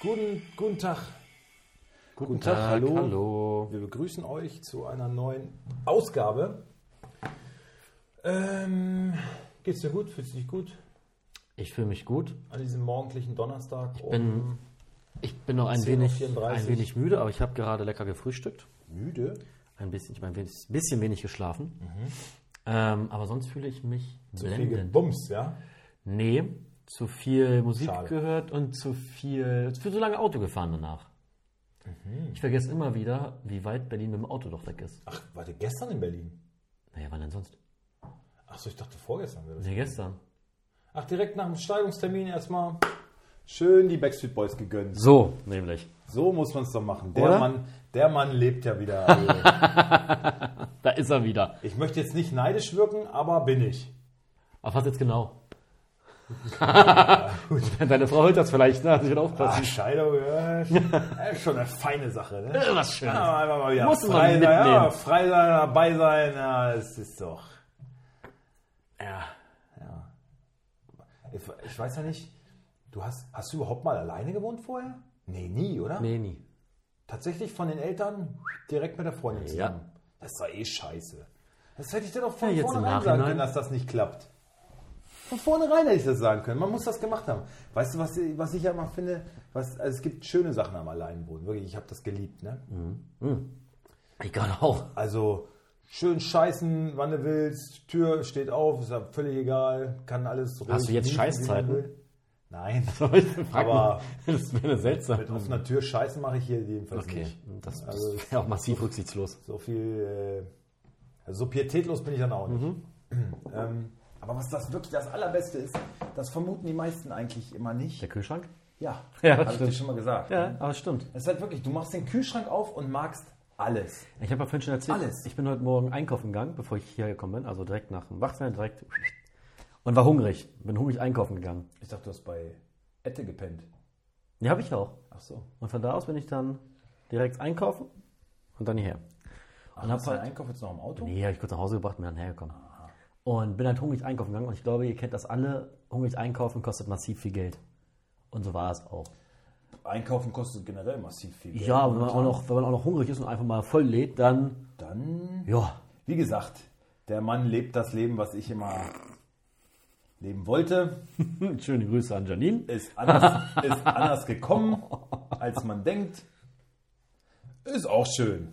Guten Tag. Guten, Tag, hallo. Wir begrüßen euch zu einer neuen Ausgabe. Ähm, geht's dir gut? Fühlst du dich gut Ich fühle mich gut. an diesem morgendlichen Donnerstag? Um Ich bin- Ich bin noch ein 10 Uhr wenig, 34. ein wenig müde, aber ich habe gerade lecker gefrühstückt. müde. Ein bisschen, ich meine, ein bisschen wenig geschlafen. Ähm, aber sonst fühle ich mich Mhm. Zu viel blendend. gebumst, ja? Nee, zu viel Musik Schade. gehört und zu viel, zu viel so lange Auto gefahren danach. Mhm. Ich vergesse immer wieder, wie weit Berlin mit dem Auto doch weg ist. Ach, warte, gestern in Berlin? Naja, wann denn sonst? Ach so, ich dachte vorgestern. wäre das. Nee, gestern. Ach, direkt nach dem Steigungstermin erstmal schön die Backstreet Boys gegönnt. So, nämlich. So muss man es doch machen. Der Oder? Mann, der Mann lebt ja wieder. Also, Da ist er wieder. ich möchte jetzt nicht neidisch wirken, aber bin ich. Auf was jetzt genau? Deine Frau hört das vielleicht, ne? Hat sich wieder aufpassen. Ah, Scheidung, ja, ist schon eine feine Sache, ne? Ah, was Schönes. Ja, einfach mal wieder Muss man frei sein, ja, mitnehmen. frei sein, dabei sein, ja, es ist doch. Ja. Ich, ich weiß ja nicht, du hast, hast du überhaupt mal alleine gewohnt vorher? Nee, nie, oder? Nee, nie. Tatsächlich von den Eltern direkt mit der Freundin Ja. zusammen. Das ist doch eh scheiße. Das hätte ich dir doch von Ja, jetzt im vornherein sagen Nachhinein. können, dass das nicht klappt. Von vornherein hätte ich das sagen können. Man muss das gemacht haben. Weißt du, was, was ich ja immer finde? Was, also es gibt schöne Sachen am Alleinwohnen. Wirklich, ich habe das geliebt. Ne? Mhm. Egal auch. Also schön scheißen, wann du willst. Tür steht auf, ist ja völlig egal. Kann alles ruhig Hast du jetzt liegen, wie man Scheißzeiten? will. Nein. Ich frag Aber- mich, das wäre seltsam. Mit offener Tür scheißen mache ich hier jedenfalls Okay, nicht. das, das Also, wäre auch massiv rücksichtslos. So viel, äh, also so pietätlos bin ich dann auch nicht. Mhm. Ähm, aber was das wirklich das Allerbeste ist, das vermuten die meisten eigentlich immer nicht. Der Kühlschrank? Mhm. Ja, Ja, das habe ich dir stimmt. schon mal gesagt. Ja, aber stimmt. Es ist halt wirklich, du machst den Kühlschrank auf und magst alles. Ich habe ja vorhin schon erzählt, Alles. ich bin heute Morgen einkaufen gegangen, bevor ich hierher gekommen bin, also direkt nach dem Wachsein, direkt und war hungrig. Bin hungrig einkaufen gegangen. Ich dachte, du hast bei Ette gepennt. Ja, habe ich auch. Ach so. Und von da aus bin ich dann direkt einkaufen und dann hierher. Ach, hast du den Einkauf jetzt noch im Auto? halt- Nee, habe ich kurz nach Hause gebracht und bin dann hergekommen. Und bin halt hungrig einkaufen gegangen und ich glaube, ihr kennt das alle, hungrig einkaufen kostet massiv viel Geld. Und so war es auch. Einkaufen kostet generell massiv viel Geld. Ja, wenn man, momentan. auch noch, wenn man auch noch hungrig ist und einfach mal voll lädt, dann, Dann, ja, wie gesagt, der Mann lebt das Leben, was ich immer leben wollte. Hm, schöne Grüße an Janine. ist anders, ist anders gekommen, als man denkt. Ist auch schön.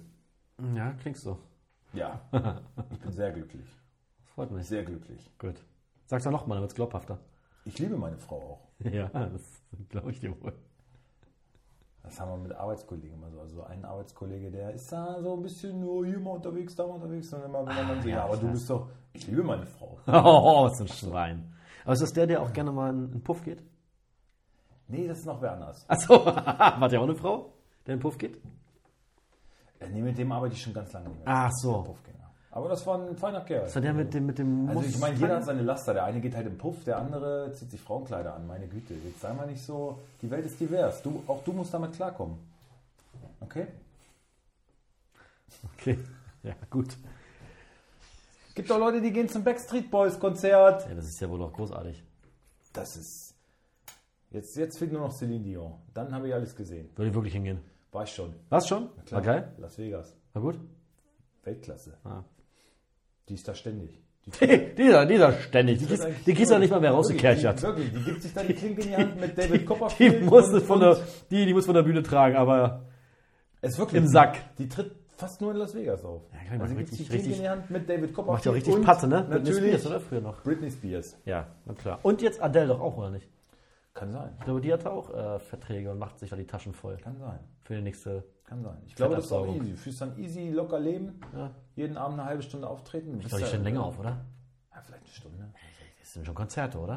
Ja, klingst du. Ja, ich bin sehr glücklich. Freut mich. Sehr glücklich. Gut. Sag's doch nochmal, dann wird's glaubhafter. Ich liebe meine Frau auch. Ja, das glaube ich dir wohl. Das haben wir mit Arbeitskollegen immer so. Also ein Arbeitskollege, der ist da so ein bisschen nur hier mal unterwegs, da mal unterwegs. Und immer, wenn man so, Ah, ja, ja, aber ich du weiß. bist doch, ich liebe meine Frau. Oh, was ein Schwein. Aber ist das der, der auch gerne mal in den Puff geht? Nee, das ist noch wer anders. Achso, war der auch eine Frau, der in den Puff geht? Äh, Nee, mit dem arbeite ich schon ganz lange nicht mehr. Ach so. Puffgänger. Aber das war ein feiner Kerl. Ist das der mit dem, mit dem Also ich meine, jeder hat Mustang? seine Laster. Der eine geht halt im Puff, der andere zieht sich Frauenkleider an. Meine Güte, jetzt sei mal nicht so. Die Welt ist divers. Du, auch du musst damit klarkommen. Okay? Okay. Ja, gut. Gibt doch Leute, die gehen zum Backstreet Boys Konzert. Ja, das ist ja wohl auch großartig. Das ist. Jetzt, jetzt fehlt nur noch Celine Dion. Dann habe ich alles gesehen. Würde ich wirklich hingehen. War ich schon. Was schon? War geil? Las Vegas. War gut? Weltklasse. Ah. Die ist da ständig. Die dieser, dieser ständig. Die, kriegst- die kriegst du nicht mal mehr Wirklich, rausgekerchert. die, wirklich, die gibt sich da die Klinke in die Hand mit David Die Copperfield. muss, und- von der, die, die muss von der Bühne tragen, aber Es ist wirklich Im Sack. Die tritt fast nur in Las Vegas auf. Ja, klar, die macht gibt's richtig- die Klinke richtig- in die Hand mit David Copperfield. macht ja auch richtig und Patte, ne? Britney Natürlich Spears, oder? Früher noch. Britney Spears. Ja, na klar. Und jetzt Adele doch auch, oder nicht? Kann sein. Ich glaube, die hat auch äh, Verträge und macht sich da die Taschen voll Kann sein. für die nächste. Kann sein. Ich glaube, das ist auch Fettabsaugung. easy. Du fühlst dann easy, locker leben. Ja. Jeden Abend eine halbe Stunde auftreten. Ich glaube, die stehen länger auf, oder? Ja, vielleicht eine Stunde. Das sind schon Konzerte, oder?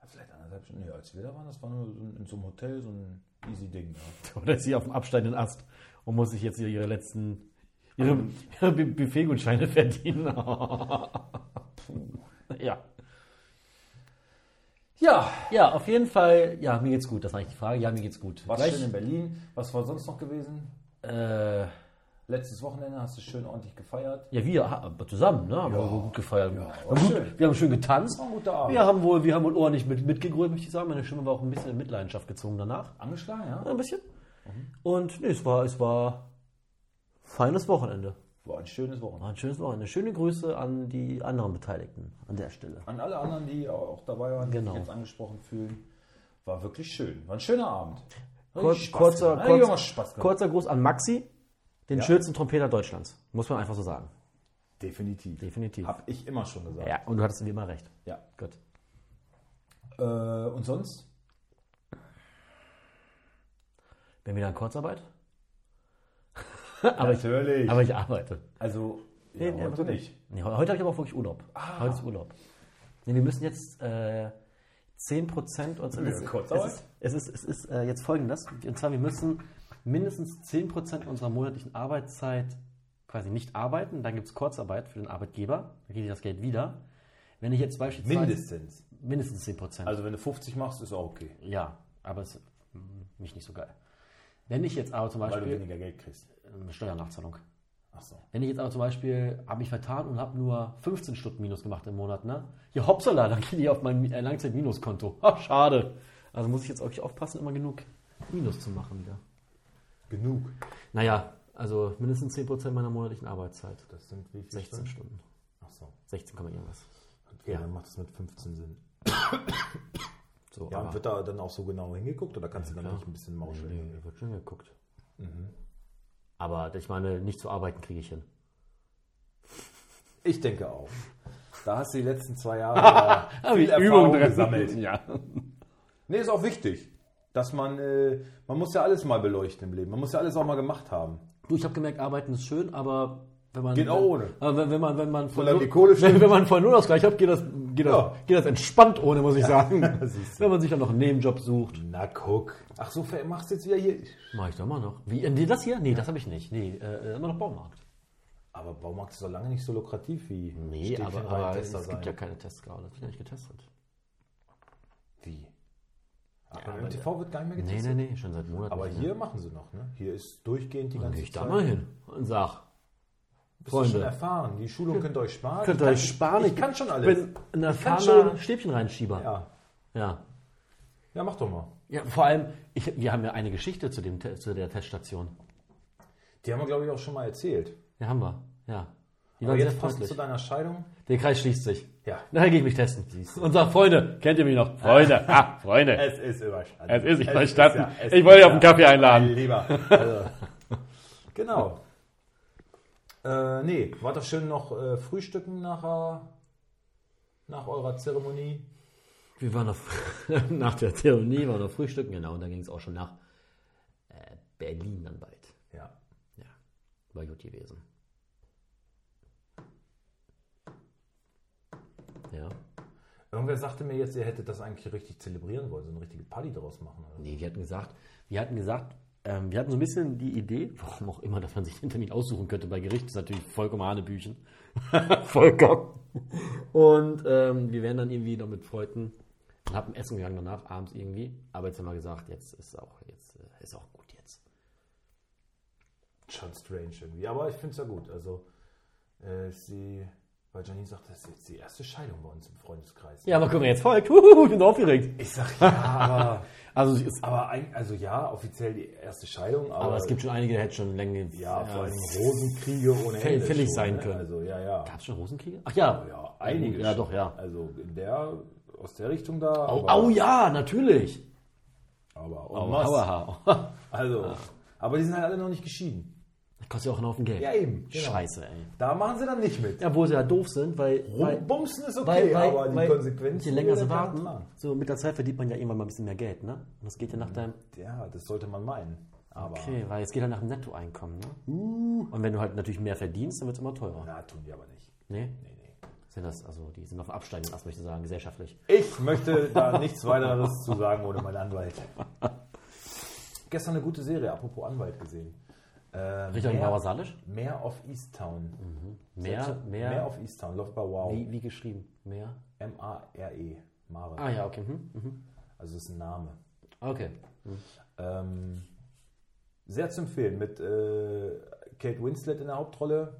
Ja, vielleicht anderthalb Stunden. Nee, als wir da waren, das war nur so ein, in so einem Hotel so ein easy Ding. Ja. Oder ist sie auf dem absteigenden Ast und muss sich jetzt ihre letzten. ihre, ihre Bu- Buffetgutscheine verdienen? ja. Ja, Ja, auf jeden Fall. Ja, mir geht's gut. Das war eigentlich die Frage. Ja, mir geht's gut. was Gleich- schön in Berlin. Was war sonst noch gewesen? Äh, Letztes Wochenende hast du schön ordentlich gefeiert. Ja, wir ha- zusammen, ne? Haben wir wohl gut gefeiert. wir, haben war gut, wir haben schön getanzt. War ein guter Abend. Wir haben wohl, wir haben wohl ordentlich mit, mitgegrölt, möchte ich sagen. Meine Stimme war auch ein bisschen in Mitleidenschaft gezogen danach. ne, Angeschlagen, ja? Ein bisschen. Und nee, es war, es war feines Wochenende. War ein schönes Wochenende. War ein schönes Wochenende. Schöne Grüße an die anderen Beteiligten an der Stelle. An alle anderen, die auch dabei waren, die Genau. sich jetzt angesprochen fühlen. War wirklich schön. War ein schöner Abend. Hat Kur richtig Spaß kurzer, gemacht. Hat richtig kurz, auch Spaß gemacht. kurzer Gruß an Maxi, den schönsten Trompeter Deutschlands. Muss man einfach so sagen. Definitiv. Definitiv. Hab ich immer schon gesagt. Ja, und du hattest wie immer recht. Ja. Gut. Äh, und sonst? Bin wieder in Kurzarbeit. aber, ich, Natürlich. aber ich arbeite. also, ja, nee, heute aber- nicht. Nee, heute habe ich aber auch wirklich Urlaub. Ah. Heute ist Urlaub. Nee, wir müssen jetzt äh, 10% uns. es, Kurzarbeit? es ist, es ist, es ist äh, jetzt folgendes. Und zwar, wir müssen mindestens 10% unserer monatlichen Arbeitszeit quasi nicht arbeiten. Dann gibt es Kurzarbeit für den Arbeitgeber. Dann kriege ich das Geld wieder. Wenn ich jetzt beispielsweise. Mindestens. Mindestens 10%. Also, wenn du 50 machst, ist auch okay. ja, aber es mm, mich nicht so geil. Wenn ich jetzt aber zum Weil du Beispiel. weniger Geld kriegst. Ähm, Steuernachzahlung. Ach so. Wenn ich jetzt aber zum Beispiel, habe mich vertan und habe nur 15 Stunden Minus gemacht im Monat, ne? Ja, hoppsala, dann gehe ich auf mein äh, Langzeit-Minuskonto. Ha, schade. Also muss ich jetzt auch hier aufpassen, immer genug Minus zu machen wieder. Genug. Naja, also mindestens 10% meiner monatlichen Arbeitszeit. Das sind wie viel? 16 Stunden. Ach so. 16, Komma irgendwas. Okay, Ja. dann macht es mit 15 Sinn. Ah. So, Ja, aber- und wird da dann auch so genau hingeguckt oder kannst du dann nicht ein bisschen mauscheln? Nee, da wird schon geguckt. Mhm. Aber ich meine, nicht zu arbeiten kriege ich hin. Ich denke auch. Da hast du die letzten zwei Jahre äh, viel Erfahrung gesammelt. Ja. Nee, ist auch wichtig, dass man, äh, man muss ja alles mal beleuchten im Leben. Man muss ja alles auch mal gemacht haben. Du, ich habe gemerkt, arbeiten ist schön, aber wenn man. Geht auch ohne. Aber wenn, wenn man, wenn man von, Solange Null- die Kohle wenn, stimmt. wenn man von Null aus gleich hat, geht das, geht das, Ja. geht das entspannt ohne, muss ich sagen. siehst wenn man sich dann noch einen Nebenjob sucht. Na guck. Ach so, ver- machst du jetzt wieder hier. Mach ich doch mal noch. Wie, äh, nee, das hier? Nee, das habe ich nicht. Nee, äh, immer noch Baumarkt. Aber Baumarkt ist so lange nicht so lukrativ wie. Nee, Stäbchen aber, rein, aber es Tester gibt ja sein. keine Tests gerade. Das wird ja nicht getestet. Wie? Ach, ja, im TV wird gar nicht mehr Nee, getestet. nee, nee, schon seit Monaten. Aber nicht hier halt machen sie noch, ne? Hier ist durchgehend die mehr. ganze Geh ich Oh, da Zeit. mal hin und sag. Bist du schon Freunde. erfahren. Die Schulung könnt ihr euch sparen. Könnt Ich ihr kann- euch sparen? Ich kann schon alles. bin ein Ich kann erfahrener schon- Stäbchenreinschieber. Ja. ja. ja, mach doch mal. Ja, vor allem, ich, wir haben ja eine Geschichte zu, dem, Te- zu der Teststation. Die haben wir, glaube ich, auch schon mal erzählt. Ja, haben wir. Ja. Die Aber waren sehr jetzt passend freundlich. zu deiner Scheidung. Der Kreis schließt sich. Ja. Nachher gehe ich mich testen. Und sag, Freunde, kennt ihr mich noch? Freunde, ha, Freunde. Es ist überstanden. Es ist ist überstanden. ja- es ich wollte ist dich auf einen ja- Kaffee einladen. Lieber. Also, genau. Äh, nee, war doch schön noch äh, frühstücken nachher, nach eurer Zeremonie. Wir waren auf, nach der Theorie, waren noch frühstücken, genau. Und dann ging es auch schon nach äh, Berlin dann bald. Ja. Ja, war gut gewesen. Ja. Irgendwer sagte mir jetzt, ihr hättet das eigentlich richtig zelebrieren wollen, so eine richtige Party daraus machen. Also, Oder? Nee, wir hatten gesagt, wir hatten gesagt, ähm, wir hatten so ein bisschen die Idee, warum auch immer, dass man sich den Termin aussuchen könnte bei Gericht, ist natürlich vollkommen Hanebüchen. vollkommen. Und ähm, wir wären dann irgendwie noch mit Freunden und haben essen gegangen danach, abends irgendwie. Aber jetzt haben wir gesagt, jetzt ist auch, jetzt äh, ist auch gut jetzt. Schon strange irgendwie. Aber ich finde es ja gut. Also, äh, ist die, weil Janine sagt, das ist jetzt die erste Scheidung bei uns im Freundeskreis. Ja, mal gucken, jetzt folgt. Huhu, ich bin aufgeregt. Ich sag ja, aber, Also, es ist, aber, aber ein, also ja, offiziell die erste Scheidung. Aber, es gibt schon einige, der hätte schon länger. ja, vor allem Rosenkriege ohne Fällig- fällig schon, sein ne? können. Also, ja, ja. Gab es schon Rosenkriege? Ach ja. Ja, einige. Ja, schon. doch, ja. Also in der, aus der Richtung da. Au, aber, au ja, natürlich. aber Au, en masse. Auerhaar. Also, aber die sind halt alle noch nicht geschieden. Das kostet ja auch einen Haufen Geld. Ja, eben. genau. Scheiße, ey. Da machen sie dann nicht mit. Ja, wo sie ja doof sind, weil. weil Rumbumsen ist okay, weil, weil, aber die weil, Konsequenzen. halt Je länger sie werden warten, dann dran. so mit der Zeit verdient man ja irgendwann mal ein bisschen mehr Geld, ne? Und das geht ja nach deinem. Ja, das sollte man meinen. Aber Okay, weil es geht ja nach dem Nettoeinkommen, ne? Und wenn du halt natürlich mehr verdienst, dann wird es immer teurer. na, tun die aber nicht. Nee? Nee, nee. Sind das, also die sind auf dem absteigenden Ast, möchte ich sagen, gesellschaftlich. Ich möchte da nichts weiteres zu sagen ohne meinen Anwalt. Gestern eine gute Serie, apropos Anwalt gesehen. Äh, Richard Mare- Bauer Salisch? Mare of Easttown. Mehr, mehr, Mare of Easttown, läuft bei Wow. wie, wie geschrieben? Mehr? M-A-R-E. E. Mare. Ah ja, okay. Mhm. Mhm. Also das ist ein Name. Okay. Ähm, sehr zu empfehlen mit äh, Kate Winslet in der Hauptrolle.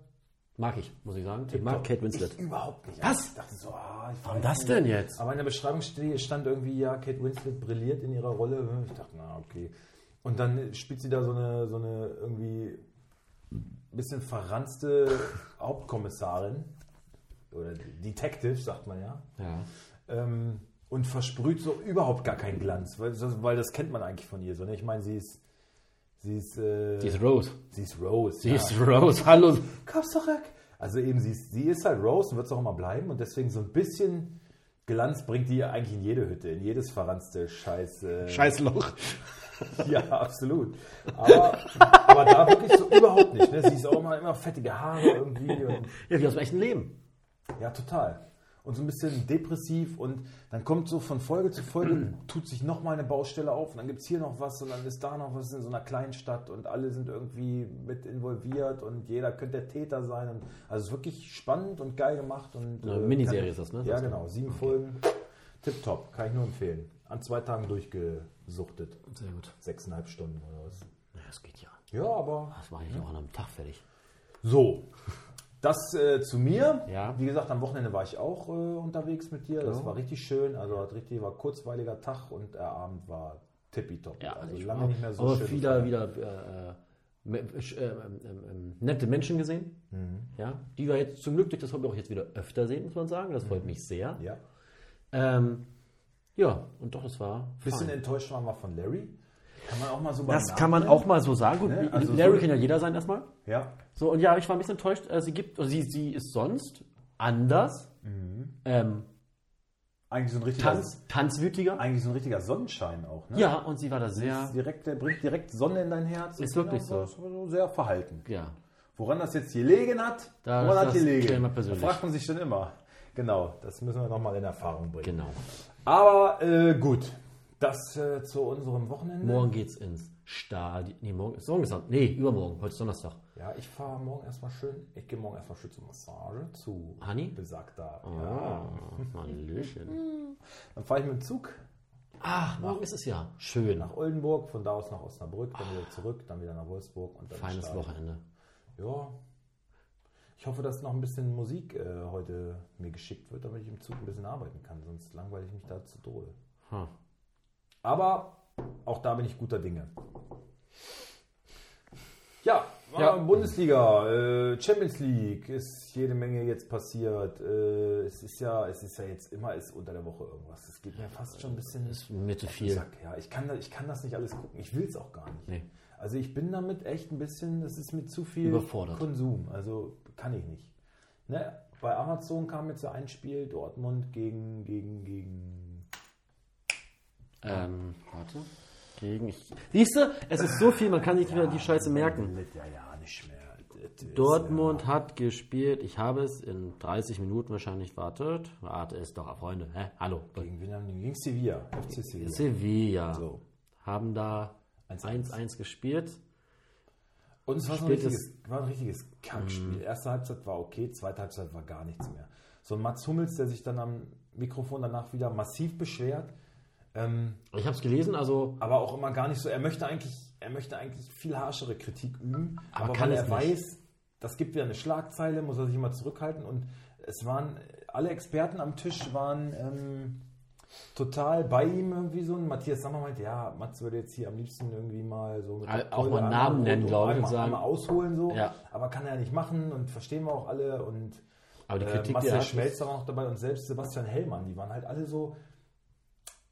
Mag ich, muss ich sagen. Ich mag Kate Winslet. Ich überhaupt nicht. Was? Ich dachte so, ah, ich Warum weiß das denn jetzt? Aber in der Beschreibung ste- stand irgendwie, ja, Kate Winslet brilliert in ihrer Rolle. Hm, Ich dachte, na, okay. Und dann spielt sie da so eine, so eine irgendwie bisschen verranzte Hauptkommissarin. Oder Detective, sagt man ja. Ja. Ähm, und versprüht so überhaupt gar keinen Glanz. Weil, das- weil das kennt man eigentlich von ihr so. Ne? Ich meine, sie ist. Sie ist, äh, Die ist Rose. sie ist Rose. Die ja. ist Rose. Hallo. Komm zurück. Also eben, sie ist, sie ist halt Rose und wird es auch immer bleiben. Und deswegen so ein bisschen Glanz bringt die eigentlich in jede Hütte, in jedes verranzte Scheiß. Äh, Scheißloch. ja, absolut. Aber, aber da wirklich so überhaupt nicht. Ne? Sie ist auch immer, immer fettige Haare irgendwie. Und, Ja, wie aus dem echten Leben. ja, total. Und so ein bisschen depressiv und dann kommt so von Folge zu Folge, tut sich nochmal eine Baustelle auf und dann gibt es hier noch was und dann ist da noch was in so einer kleinen Stadt und alle sind irgendwie mit involviert und jeder könnte der Täter sein. Und, also es ist wirklich spannend und geil gemacht. Und, äh, Eine Miniserie ist das, ne? Ja, Sagst du? genau. Sieben Folgen. Tipptopp, kann ich nur empfehlen. An zwei Tagen durchgesuchtet. Sehr gut. Sechseinhalb Stunden oder was. Ja, das geht ja. Ja, aber Das mache ich auch an einem Tag fertig. so, das äh, zu mir. Ja. Genau. Wie gesagt, am Wochenende war ich auch äh, unterwegs mit dir. Das war richtig schön. Also hat richtig war kurzweiliger Tag und der Abend war tippitopp. also ich lange war- nicht mehr so aber schön. Wieder, wieder äh, äh, me- sch- äh, ähm, ähm, ähm, nette Menschen gesehen. Mhm. Ja, die wir jetzt zum Glück durch das Hobby auch jetzt wieder öfter sehen, muss man sagen. Das freut mich sehr. Mhm. Ja. Ähm, ja, und doch, das war. Bisschen fein. enttäuscht waren wir von Larry. Kann man auch mal so bei Das Namen kann man nennen. auch mal so sagen. Gut, Ne, also Larry so- kann ja jeder sein erstmal. Ja. So, und ja, ich war ein bisschen enttäuscht. Äh, Sie gibt, also sie, sie ist sonst anders. Mhm. Ähm, Eigentlich so ein richtiger, tanz, tanzwütiger. eigentlich so ein richtiger Sonnenschein auch. Ne? Ja, und sie war da sehr. Direkt, der bringt direkt Sonne in dein Herz. Ist Und wirklich genau, so. war Sehr verhalten. Ja. Woran das jetzt gelegen hat, Da- woran das hat gelegen? klären wir Da persönlich. fragt man sich schon immer. Genau, das müssen wir nochmal in Erfahrung bringen. Genau. Aber äh, gut, das äh, zu unserem Wochenende. Morgen geht's ins Stadion. Nee, morgen ist morgen ist Sonntag. Nee, übermorgen. Heute ist Donnerstag. Ja, ich fahre morgen erstmal schön. Ich gehe morgen erstmal schön zur Massage zu Honey? besagter. Ja. Ah, Hallöchen. Dann fahre ich mit dem Zug Ach, morgen ist es ja. Schön. nach Oldenburg, von da aus nach Osnabrück, dann wieder zurück, dann wieder nach Wolfsburg und dann Ah. Feines Start. Wochenende. Ja. Ich hoffe, dass noch ein bisschen Musik äh, heute mir geschickt wird, damit ich im Zug ein bisschen arbeiten kann, sonst langweile ich mich da zu Tode. Ha. Aber auch da bin ich guter Dinge. Ja, Ja. äh, Bundesliga, äh, Champions League ist jede Menge jetzt passiert. Äh, Es ist ja, es ist ja jetzt immer ist unter der Woche irgendwas. Es geht mir fast schon ein bisschen Ist mir zu auf den viel. Sack, ja. Ich kann, da- ich kann das nicht alles gucken. Ich will es auch gar nicht. Nee. Also ich bin damit echt ein bisschen, das ist mir zu viel Überfordert. Konsum. Also kann ich nicht. Ne? Bei Amazon kam jetzt so ein Spiel Dortmund gegen, gegen, gegen Ähm, warte. Gegen. Siehst du, es ist so viel, man kann sich nicht mehr die Scheiße merken. Ja, ja, nicht mehr. Äh, Das ist, Dortmund hat gespielt, ich habe es in 30 Minuten wahrscheinlich wartet. Warte es doch, Freunde. Hä? Hallo. äh, Gegen wen haben die? Gegen Sevilla. FC Sevilla. Sevilla So. haben da 1-1. 1-1 gespielt. Und es war, so ein Spätes- richtiges, war ein richtiges Kackspiel. Erste Halbzeit war okay, zweite Halbzeit war gar nichts mehr. So ein Mats Hummels, der sich dann am Mikrofon danach wieder massiv beschwert, ähm, Ich habe es gelesen, also aber auch immer gar nicht so. Er möchte eigentlich, er möchte eigentlich viel harschere Kritik üben, Aber aber, kann weil es er nicht. weiß, das gibt wieder eine Schlagzeile, muss er sich immer zurückhalten. Und es waren alle Experten am Tisch waren ähm, total bei ihm irgendwie so. Und Matthias Sammer meinte, ja, Mats würde jetzt hier am liebsten irgendwie mal so mit Al- der auch Keule mal an- Namen nennen, und glaube ich, und einmal, sagen- einmal ausholen so, Ja. aber kann er nicht machen und verstehen wir auch alle und aber die äh, Kritik die Marcel er hat, Schmelzer war noch dabei und selbst Sebastian Hellmann, die waren halt alle so,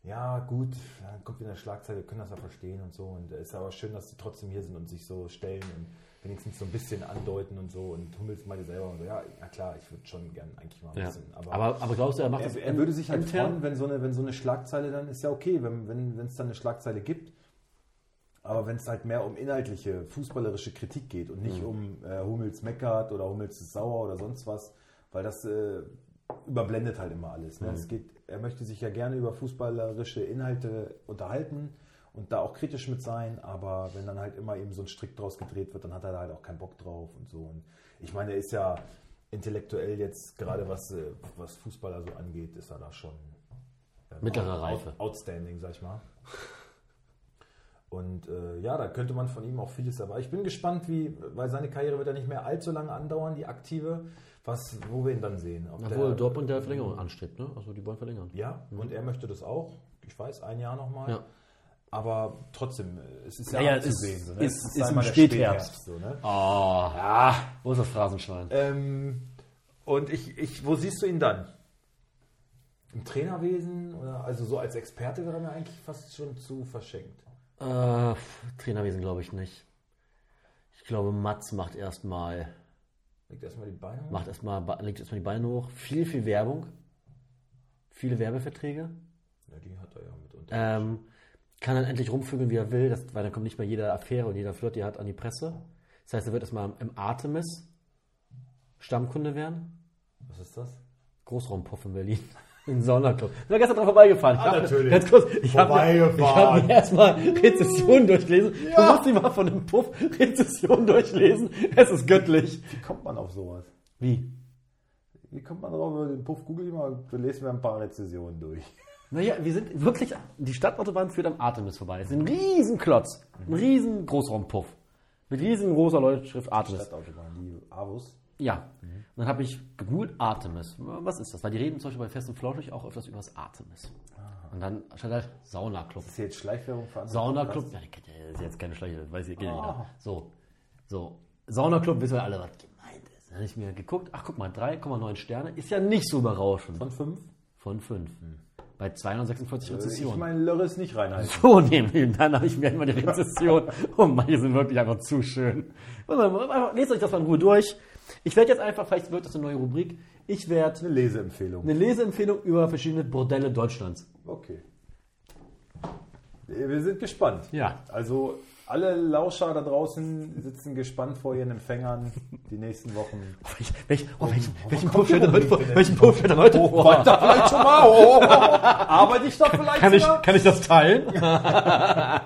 ja gut, ja, kommt wieder eine Schlagzeile, wir können das ja verstehen und so. Und es ist aber schön, dass die trotzdem hier sind und sich so stellen und wenigstens so ein bisschen andeuten und so. Und Hummels meinte selber, und so, ja, na klar, ich würde schon gern eigentlich mal ein ja. bisschen, aber, aber, glaubst du, er macht er, das er würde sich halt intern? freuen, wenn so, eine, wenn so eine Schlagzeile dann ist ja okay, wenn wenn wenn, es dann eine Schlagzeile gibt. Aber wenn es halt mehr um inhaltliche, fußballerische Kritik geht und Mhm. nicht um äh, Hummels meckert oder Hummels ist sauer oder sonst was, weil das äh, überblendet halt immer alles. Ne? Es geht, er möchte sich ja gerne über fußballerische Inhalte unterhalten und da auch kritisch mit sein, aber wenn dann halt immer eben so ein Strick draus gedreht wird, dann hat er da halt auch keinen Bock drauf und so. Und ich meine, er ist ja intellektuell jetzt gerade was, äh, was Fußballer so angeht, ist er da schon ähm, Mittlere out- Reife. Outstanding, sag ich mal. Und äh, ja, da könnte man von ihm auch vieles erwarten. Ich bin gespannt, wie, weil seine Karriere wird ja nicht mehr allzu lange andauern, die aktive, was, wo wir ihn dann sehen. Ob Obwohl Dortmund der Verlängerung anstrebt, ne? Also die wollen verlängern. Ja, und er möchte das auch. Ich weiß, ein Jahr nochmal. Ja. Aber trotzdem, es ist ja, Naja, es anzusehen. ist- so, ne? ist- ist sei im mal der Spätherbst. so, ne? Ah, wo ist das Phrasenschwein? ähm, und ich, ich, wo siehst du ihn dann? Im Trainerwesen? Oder, also so als Experte wäre er mir eigentlich fast schon zu verschenkt. Äh, Trainerwesen glaube ich nicht. Ich glaube, Mats macht erstmal Legt erstmal die Beine hoch. macht erstmal legt erstmal die Beine hoch, viel viel Werbung, viele Werbeverträge. Ja, die hat er ja mitunter. Ähm, kann dann endlich rumvögeln, wie er will, das, weil dann kommt nicht mehr jede Affäre und jeder Flirt, die er hat, an die Presse. Das heißt, er wird erstmal im Artemis Stammkunde werden. Was ist das? Großraumpuff in Berlin. In Sonderclub. Ich bin gestern dran vorbeigefahren. Ich Ah, hab- natürlich. Ganz kurz, ich habe Vorbeigefahren. hab mir erstmal Rezession durchgelesen. Ja. Du musst dir mal von einem Puff Rezession durchlesen. Es ist göttlich. Wie kommt man auf sowas? Wie? Wie kommt man drauf? Über den Puff google ich mal, dann lesen wir ein paar Rezessionen durch. Naja, wir sind wirklich, die Stadtautobahn führt am Artemis vorbei. Es ist ein riesen Klotz. Mhm. Ein riesen Großraumpuff. Mit riesengroßer Leuchtschrift Artemis. Stadtautobahn, die Avus. Ja. Mhm. Und dann habe ich gegoogelt Artemis. Was ist das? Weil die reden zum Beispiel bei Fest und Flauschig auch öfters über das Artemis. Ah. Und dann stand halt Saunaclub. Ist hier jetzt Schleichwerbung für andere Saunaclub. Podcasts? Ja, das ist jetzt keine Schleiche, weiß ich, geht ja Ah. jeder. So. So. Saunaclub wissen wir alle, was gemeint ist. Dann habe ich mir geguckt, ach guck mal, 3,9 Sterne ist ja nicht so berauschend. Von fünf? Von 5. Bei 246 Hm. Ich Rezessionen. meine, Lörres nicht also reinhalten. So nämlich. Dann habe ich mir immer die Rezession. Oh Mann, die sind wirklich einfach zu schön. Warte mal, Lest euch das mal in Ruhe durch. Ich werde jetzt einfach, vielleicht wird das eine neue Rubrik, ich werde Eine Leseempfehlung. eine Leseempfehlung über verschiedene Bordelle Deutschlands. Okay. Wir sind gespannt. Ja. Also alle Lauscher da draußen sitzen gespannt vor ihren Empfängern die nächsten Wochen. Oh, welch, welch, oh, welchen, oh, welchen kommt Puff hier steht denn heute Rubrik vor? denn? Welchen Puff steht denn heute vor? da vielleicht schon mal. Oh, oh, oh. Arbeite ich doch vielleicht Kann ich, sogar? kann ich das teilen?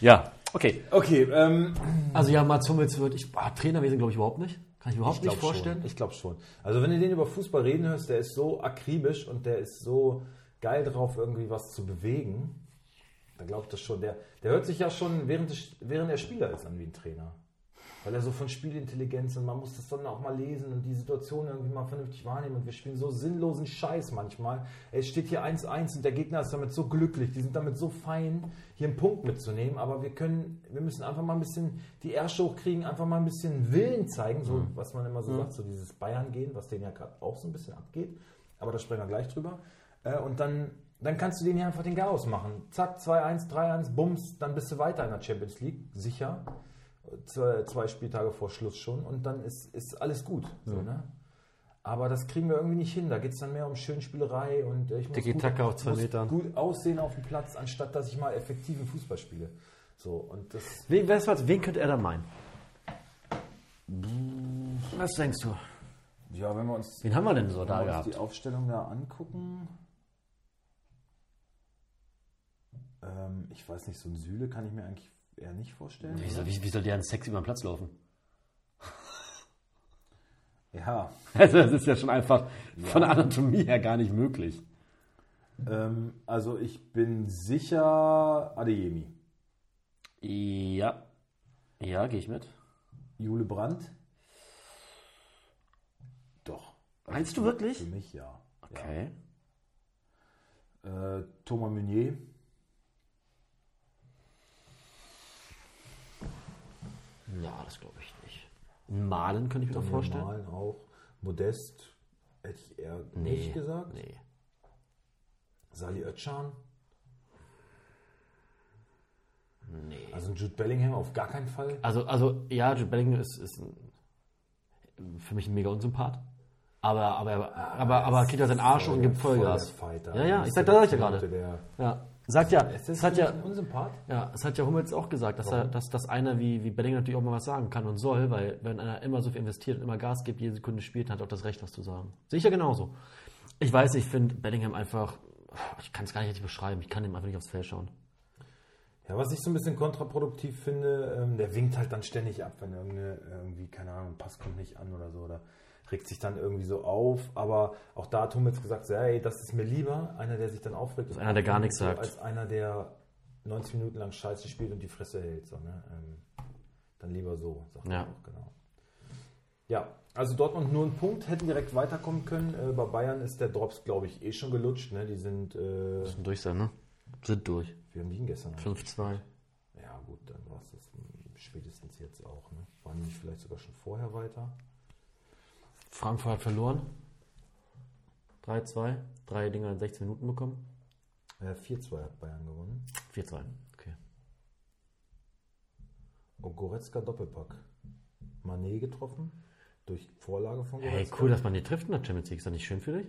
ja, okay. Okay, ähm, Also ja, Mats Hummels wird, ich, ah, Trainerwesen glaube ich überhaupt nicht. Kann ich überhaupt nicht glaub vorstellen. Schon. Ich glaube schon. Also wenn du den über Fußball reden hörst, der ist so akribisch und der ist so geil drauf, irgendwie was zu bewegen. Dann glaubt das schon. Der, der hört sich ja schon, während, des, während er Spieler ist, an wie ein Trainer. Weil er so von Spielintelligenz und man muss das dann auch mal lesen und die Situation irgendwie mal vernünftig wahrnehmen. Und wir spielen so sinnlosen Scheiß manchmal. Es steht hier 1-1 und der Gegner ist damit so glücklich. Die sind damit so fein, hier einen Punkt mitzunehmen. Aber wir können, wir müssen einfach mal ein bisschen die Ärsche hochkriegen, einfach mal ein bisschen Willen zeigen. So, was man immer so sagt, so dieses Bayern-Gehen, was denen ja gerade auch so ein bisschen abgeht. Aber da sprechen wir gleich drüber. Äh, und dann, dann kannst du denen hier einfach den Garaus machen. Zack, 2-1, 3-1, bums, dann bist du weiter in der Champions League. Sicher zwei, zwei Spieltage vor Schluss schon und dann ist, ist alles gut. So, ne? Aber das kriegen wir irgendwie nicht hin. Da geht es dann mehr um Schönspielerei und äh, ich muss, Tiki-Taka auf zwei muss Metern. gut aussehen auf dem Platz, anstatt dass ich mal effektiven Fußball spiele. So, und das Wen, weißt du was, wen könnte er da meinen? Was denkst du? ja, wenn wir uns, Wen haben wir denn so wenn wir da uns gehabt? die Aufstellung da angucken. Ähm, ich weiß nicht, so ein Süle kann ich mir eigentlich eher nicht vorstellen. Wie soll, wie, wie soll der ein Sex über den Platz laufen? Ja. Also das ist ja schon einfach von der Anatomie her gar nicht möglich. Ähm, also ich bin sicher Adeyemi. Ja. Ja, gehe ich mit. Jule Brandt? Doch. Also Meinst du wirklich? Für mich ja. Okay. Äh, Thomas Meunier? Ja, das glaube ich nicht. Malen könnte ich mir noch vorstellen. Normalen auch. Modest hätte ich eher nicht gesagt. Nee. Sali Özcan? Nee. Also ein Jude Bellingham auf gar keinen Fall. Also, also ja, Jude Bellingham ist, ist ein, für mich ein mega Unsympath. Aber, aber, aber, aber kriegt er seinen Arsch und gibt Vollgas. Voll der Fighter. Ja, ja, ich sag, Der das sag ich ja Absolute, gerade. Der, Ja. Sagt ja, ist das es hat ja, ein Unsympath? Ja, das hat ja Hummels auch gesagt, dass, er, dass, dass einer wie, wie Bellinger natürlich auch mal was sagen kann und soll, weil wenn einer immer so viel investiert und immer Gas gibt, jede Sekunde spielt, dann hat er auch das Recht, was zu sagen. Sehe ich ja genauso. Ich weiß, ich finde Bellingham einfach, ich kann es gar nicht richtig beschreiben, ich kann ihm einfach nicht aufs Feld schauen. Ja, was ich so ein bisschen kontraproduktiv finde, ähm, der winkt halt dann ständig ab, wenn irgendeine, irgendwie, keine Ahnung, ein Pass kommt nicht an oder so, oder regt sich dann irgendwie so auf, aber auch da hat Hummels gesagt, so, hey, das ist mir lieber, einer, der sich dann aufregt, ist einer, der gar nichts sagt. als einer, der 90 Minuten lang Scheiße spielt und die Fresse hält. So, ne? ähm, dann lieber so, sagt Ja. man auch, genau. Ja, also Dortmund nur einen Punkt, hätten direkt weiterkommen können. Äh, bei Bayern ist der Drops, glaube ich, eh schon gelutscht. Ne? Die sind, äh, wir Müssen durch sein, ne? Sind durch. haben die denn gestern. 5-2. Ja gut, dann war es das spätestens jetzt auch. Ne? Waren die nicht vielleicht sogar schon vorher weiter? Frankfurt hat verloren. 3-2. Drei Dinger in 16 Minuten bekommen. Äh, 4-2 hat Bayern gewonnen. 4-2. Okay. Und Goretzka Doppelpack. Mané getroffen. Durch Vorlage von Hey, Goretzka. cool, dass man hier trifft in der Champions League. Ist das nicht schön für dich?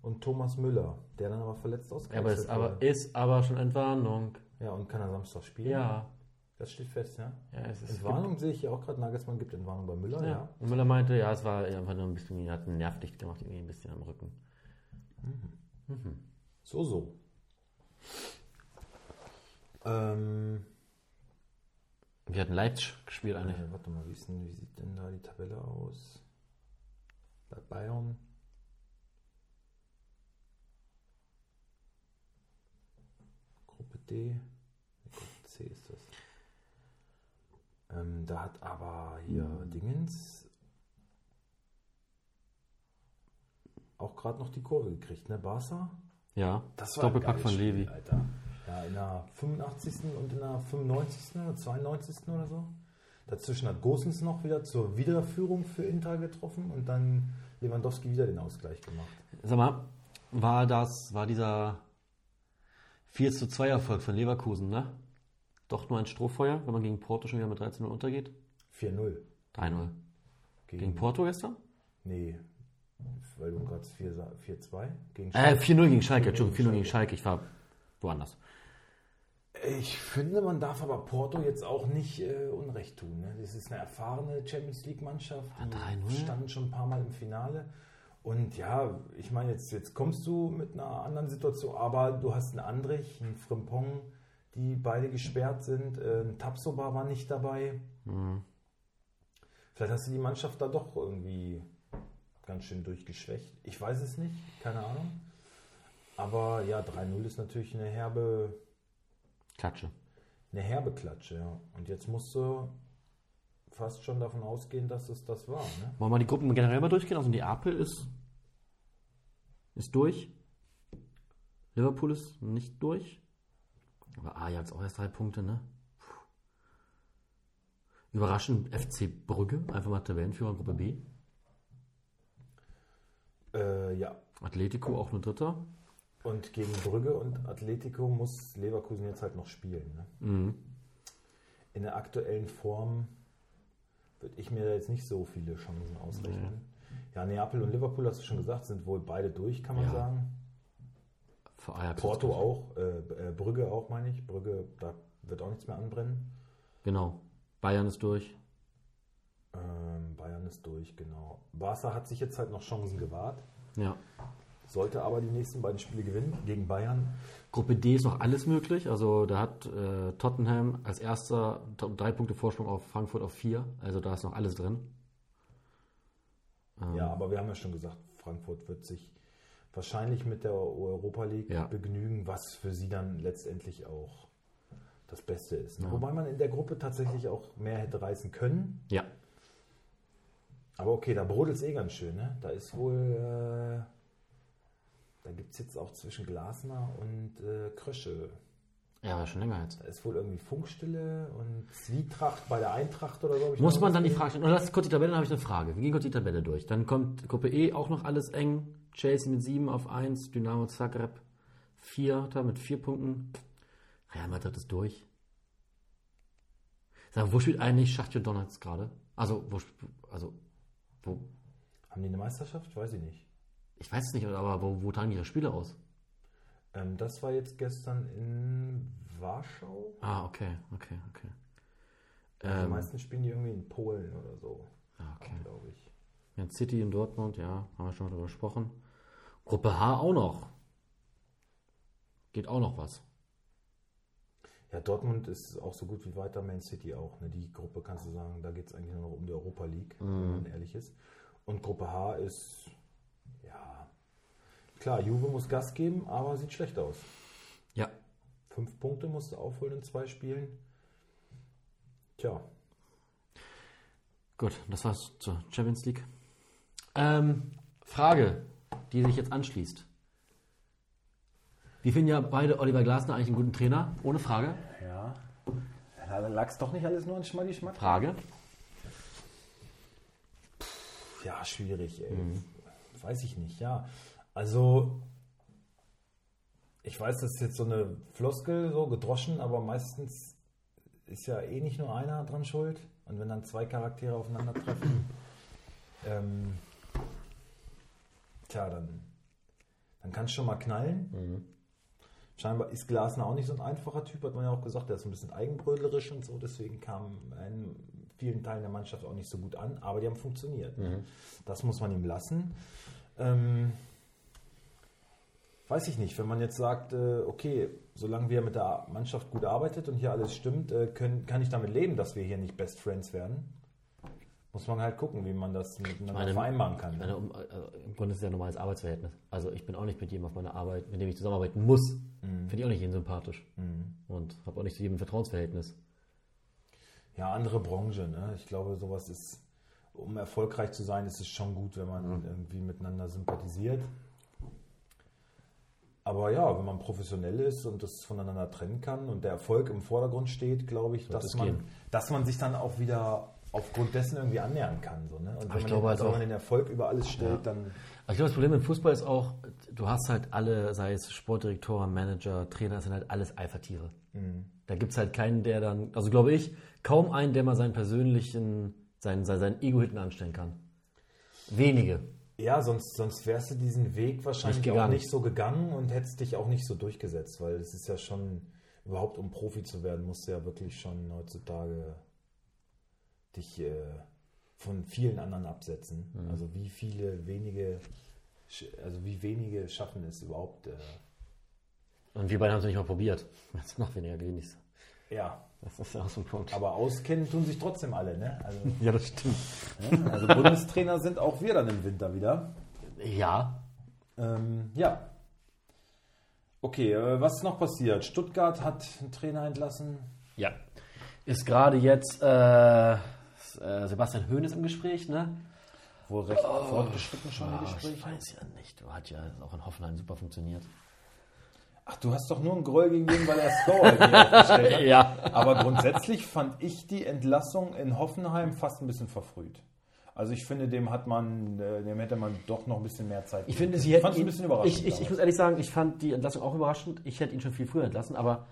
Und Thomas Müller, der dann aber verletzt Ja, aber ausgewechselt ist, aber, wurde. ist aber schon Entwarnung. Ja, und kann er Samstag spielen? Ja. Das steht fest, ja? ja es ist, Entwarnung sehe ich hier auch gerade. Nagelsmann gibt Entwarnung bei Müller, Ja. ja. Und Müller meinte, ja, es war einfach nur ein bisschen, er hat einen Nerv dicht gemacht, irgendwie ein bisschen am Rücken. Mhm. Mhm. So, so. Ähm, Wir hatten Leipzig gespielt äh, eigentlich. warte mal, wie, ist denn, wie sieht denn da die Tabelle aus? Bei Bayern. Gruppe D. Nee, Gruppe C ist das. Ähm, da hat aber hier Dingens auch gerade noch die Kurve gekriegt, ne? Barca? Ja, ein Doppelpack geiles von Spiel, Levi. Alter. Ja, in der 85. und in der 95. oder 92. oder so. Dazwischen hat Gosens noch wieder zur Wiederführung für Inter getroffen und dann Lewandowski wieder den Ausgleich gemacht. Sag mal, war das, war dieser 4 zu 2 Erfolg von Leverkusen, ne? Doch nur ein Strohfeuer, wenn man gegen Porto schon wieder mit 13 0 untergeht? 4-0 3-0. Gegen gegen, Porto gestern? Nee, weil du gerade 4-2 gegen Äh, Schalke. 4-0 gegen Schalke, Entschuldigung, 4-0 gegen Schalke, ich war woanders. Ich finde, man darf aber Porto jetzt auch nicht äh, Unrecht tun. Ne? Das ist eine erfahrene Champions League-Mannschaft. Die 3-0. standen schon ein paar Mal im Finale. Und ja, ich meine, jetzt, jetzt kommst du mit einer anderen Situation, aber du hast einen Andrich, einen Frimpong, die beide gesperrt sind. Äh, ein Tapsoba war nicht dabei. Vielleicht hast du die Mannschaft da doch irgendwie ganz schön durchgeschwächt. Ich weiß es nicht, keine Ahnung. Aber ja, 3-0 ist natürlich eine herbe Klatsche. eine herbe Klatsche, ja. Und jetzt musst du fast schon davon ausgehen, dass es das war. Ne? Wollen wir mal die Gruppen generell mal durchgehen? Also Neapel ist, ist durch. Liverpool ist nicht durch. Aber Ajax auch erst drei Punkte, ne? Puh. Überraschend FC Brügge, einfach mal Tabellenführer Gruppe B. Äh, ja. Atletico auch nur Dritter. Und gegen Brügge und Atletico muss Leverkusen jetzt halt noch spielen. Ne? Mhm. In der aktuellen Form würde ich mir da jetzt nicht so viele Chancen ausrechnen. Ja, Neapel und Liverpool, hast du schon gesagt, sind wohl beide durch, kann man Ja. sagen. Für Ajax. Porto auch, äh, äh, Brügge auch, meine ich. Brügge, da wird auch nichts mehr anbrennen. Genau. Bayern ist durch. Ähm, Bayern ist durch, genau. Barca hat sich jetzt halt noch Chancen gewahrt. Ja. Sollte aber die nächsten beiden Spiele gewinnen gegen Bayern. Gruppe D ist noch alles möglich. Also da hat äh, Tottenham als erster t- drei Punkte Vorsprung auf Frankfurt auf vier. Also da ist noch alles drin. Ah. Ja, aber wir haben ja schon gesagt, Frankfurt wird sich wahrscheinlich mit der Europa League Ja. begnügen, was für sie dann letztendlich auch das Beste ist. Ne? Wobei man in der Gruppe tatsächlich auch mehr hätte reißen können. Ja. Aber okay, da brodelt es eh ganz schön. Ne? Da ist wohl, äh, da gibt es jetzt auch zwischen Glasner und äh, Krösche. Ja, war schon länger jetzt. Da ist wohl irgendwie Funkstille und Zwietracht bei der Eintracht oder so. hab ich Muss noch man dann die gesehen. Frage stellen, oder lass kurz die Tabelle, dann habe ich eine Frage. Wir gehen kurz die Tabelle durch. Dann kommt Gruppe E auch noch alles eng. Chelsea mit 7 auf 1, Dynamo Zagreb 4 da mit 4 Punkten. Real Madrid ist durch. Sag mal, wo spielt eigentlich Schachtjo Donalds gerade? Also, wo, sp- also, wo, Haben die eine Meisterschaft? Weiß ich nicht. ich weiß es nicht, aber wo, wo tragen ihre Spiele aus? Ähm, das war jetzt gestern in Warschau. Ah, okay, okay, okay. Die Ähm, meisten spielen die irgendwie in Polen oder so, ah, okay. glaube ich. Ja, City in Dortmund, ja, haben wir schon mal drüber gesprochen. Gruppe H auch noch. Geht auch noch was. Ja, Dortmund ist auch so gut wie weiter, Man City auch. Ne? Die Gruppe kannst du sagen, da geht es eigentlich nur noch um die Europa League, Mhm. wenn man ehrlich ist. Und Gruppe H ist, ja, klar, Juve muss Gas geben, aber sieht schlecht aus. Ja, Fünf Punkte musst du aufholen in zwei Spielen. Tja, Gut, das war's zur Champions League. Ähm, Frage, die sich jetzt anschließt. Wir finden ja beide Oliver Glasner eigentlich einen guten Trainer, ohne Frage. ja. Dann lag es doch nicht alles nur an Schmacki Schmack. Frage. Ja, schwierig, ey. Weiß ich nicht, ja. Also, ich weiß, das ist jetzt so eine Floskel, so gedroschen, aber meistens ist ja eh nicht nur einer dran schuld. Und wenn dann zwei Charaktere aufeinandertreffen, ähm, tja, dann, dann kann es schon mal knallen. Scheinbar ist Glasner auch nicht so ein einfacher Typ, hat man ja auch gesagt, der ist ein bisschen eigenbrödlerisch und so, deswegen kam in vielen Teilen der Mannschaft auch nicht so gut an, aber die haben funktioniert. Das muss man ihm lassen. Ähm, weiß ich nicht, wenn man jetzt sagt, äh, okay, solange wir mit der Mannschaft gut arbeitet und hier alles stimmt, äh, können, kann ich damit leben, dass wir hier nicht Best Friends werden. Muss man halt gucken, wie man das miteinander meine, vereinbaren kann. Ich ne? meine, um, äh, Im Grunde ist es ja ein normales Arbeitsverhältnis. Also ich bin auch nicht mit jedem auf meiner Arbeit, mit dem ich zusammenarbeiten muss. Finde ich auch nicht jeden sympathisch. Und habe auch nicht zu jedem ein Vertrauensverhältnis. Ja, andere Branche, ne? Ich glaube, sowas ist, um erfolgreich zu sein, ist es schon gut, wenn Mhm. man irgendwie miteinander sympathisiert. Aber ja, wenn man professionell ist und das voneinander trennen kann und der Erfolg im Vordergrund steht, glaube ich, dass es man, gehen. dass man sich dann auch wieder aufgrund dessen irgendwie annähern kann. So, ne? Und wenn, man ich glaube den, halt also wenn auch- man den Erfolg über alles stellt, dann Aber Also ich glaube, das Problem im Fußball ist auch, du hast halt alle, sei es Sportdirektoren, Manager, Trainer, das sind halt alles Alpha-Tiere. hm. Da gibt es halt keinen, der dann, also glaube ich, kaum einen, der mal seinen persönlichen, seinen, sein, sein Ego hinten anstellen kann. Wenige. Ja, sonst, sonst wärst du diesen Weg wahrscheinlich Nicht auch gegangen. nicht so gegangen und hättest dich auch nicht so durchgesetzt, weil es ist ja schon, überhaupt um Profi zu werden, musst du ja wirklich schon heutzutage dich äh, von vielen anderen absetzen. Also wie viele wenige, sch- also wie wenige schaffen es überhaupt. Äh, Und wir beide haben es nicht mal probiert. Das ist noch weniger wenigstens. ja, Das ist ja auch so ein Punkt. aber auskennen tun sich trotzdem alle, ne? Also, ja, das stimmt. ne? also Bundestrainer sind auch wir dann im Winter wieder. Ja, Ähm, ja. Okay, äh, was ist noch passiert? Stuttgart hat einen Trainer entlassen. ja. Ist gerade jetzt äh, äh, Sebastian Hoeneß im Gespräch, ne? Wohl recht Oh, fortgeschritten schon die Ah, ich Gespräche. weiß ja nicht. Du hat ja auch in Hoffenheim super funktioniert. Ach, du hast doch nur einen Groll gegen den, weil er Score hier aufgestellt hat. Ja. Aber grundsätzlich fand ich die Entlassung in Hoffenheim fast ein bisschen verfrüht. Also ich finde, dem hat man, äh, dem hätte man doch noch ein bisschen mehr Zeit. Ich gegeben. finde, sie hätten Fand's ein bisschen überraschend. Ich, ich, ich damals. muss ehrlich sagen, ich fand die Entlassung auch überraschend. Ich hätte ihn schon viel früher entlassen, aber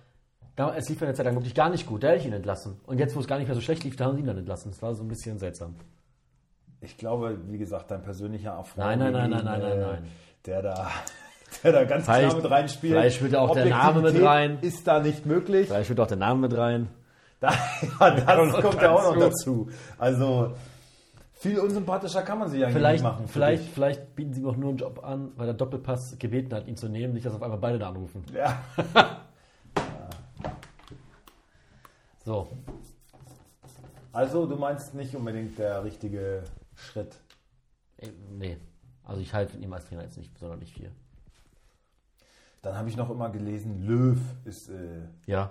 da, es lief ja eine Zeit lang wirklich gar nicht gut. Da hätte ich ihn entlassen. Und jetzt, wo es gar nicht mehr so schlecht lief, da haben sie ihn dann entlassen. Das war so ein bisschen seltsam. ich glaube, wie gesagt, dein persönlicher Affront. Nein, nein, nein, gegen nein, nein, ihn, nein, äh, nein. Der da, der da ganz Vielleicht- klar mit reinspielt. vielleicht spielt auch der Name mit Objektivität rein. Ist da nicht möglich. Vielleicht wird auch der Name mit rein. Da, ja, das kommt ja auch noch dazu. Also viel unsympathischer kann man sie eigentlich Vielleicht, nicht machen. für vielleicht, dich. vielleicht bieten sie ihm auch nur einen Job an, weil der Doppelpass gebeten hat, ihn zu nehmen. Nicht, dass auf einmal beide da anrufen. Ja. So, Also du meinst nicht unbedingt der richtige Schritt. Ey, nee. Also ich halte von ihm als Trainer jetzt nicht sonderlich viel. Dann habe ich noch immer gelesen, Löw ist. Äh, Ja.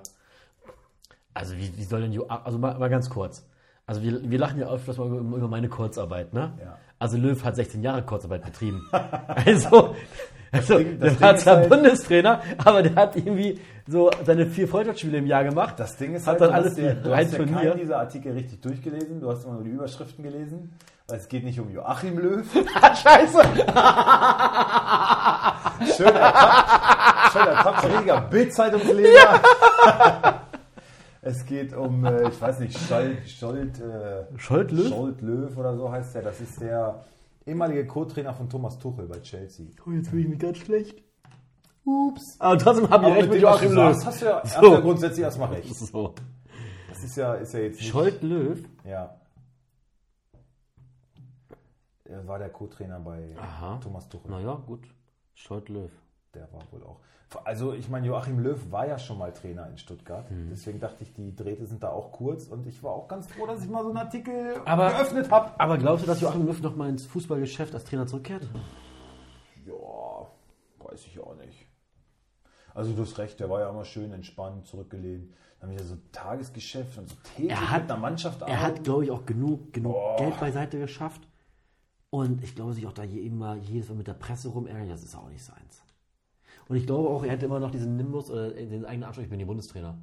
Also wie, wie soll denn die, also mal, mal ganz kurz. Also wir, wir lachen ja öfters mal über, über meine Kurzarbeit, ne? Ja. Also Löw hat 16 Jahre Kurzarbeit betrieben. also, also Ding- das der Ding war ist zwar halt- Bundestrainer, aber der hat irgendwie so seine vier Freundschaftsspiele im Jahr gemacht. das Ding ist halt, Hat dann du alles hast dir, ein du hast dir Turnier. keinen dieser Artikel richtig durchgelesen. Du hast immer nur die Überschriften gelesen. Weil es geht nicht um Joachim Löw. Scheiße! Schöner Kap- schöner Kapseleger, Bildzeitungsleser. Es geht um, äh, ich weiß nicht, Scholt, Scholt, äh, Scholt Löw? Scholt Löw oder so heißt der. Das ist der ehemalige Co-Trainer von Thomas Tuchel bei Chelsea. Oh, jetzt fühle ich mich ganz schlecht. Ups. Aber trotzdem haben wir recht mit dem, was Joachim du Löw. sagst, hast du ja, hast So. du ja grundsätzlich erstmal recht. So. Das ist ja, ist ja jetzt nicht. Scholt Löw? Ja. Er war der Co-Trainer bei Aha. Thomas Tuchel. Naja, gut. Scholt Löw. Der war wohl auch. Also ich meine, Joachim Löw war ja schon mal Trainer in Stuttgart. Mhm. Deswegen dachte ich, die Drähte sind da auch kurz. Und ich war auch ganz froh, dass ich mal so einen Artikel Aber- geöffnet habe. Aber glaubst du, dass Joachim Löw nochmal ins Fußballgeschäft als Trainer zurückkehrt? Ja, weiß ich auch nicht. Also du hast recht, der war ja immer schön entspannt, zurückgelehnt. Dann wieder so Tagesgeschäft und so täglich Er hat- mit einer Mannschaft Er hat, glaube ich, auch genug, genug Boah. Geld beiseite geschafft. Und ich glaube, sich auch da je immer jedes Mal mit der Presse rumärgern, das ist auch nicht seins. Und ich glaube auch, er hätte immer noch diesen Nimbus oder äh, den eigenen Anspruch, ich bin hier Bundestrainer.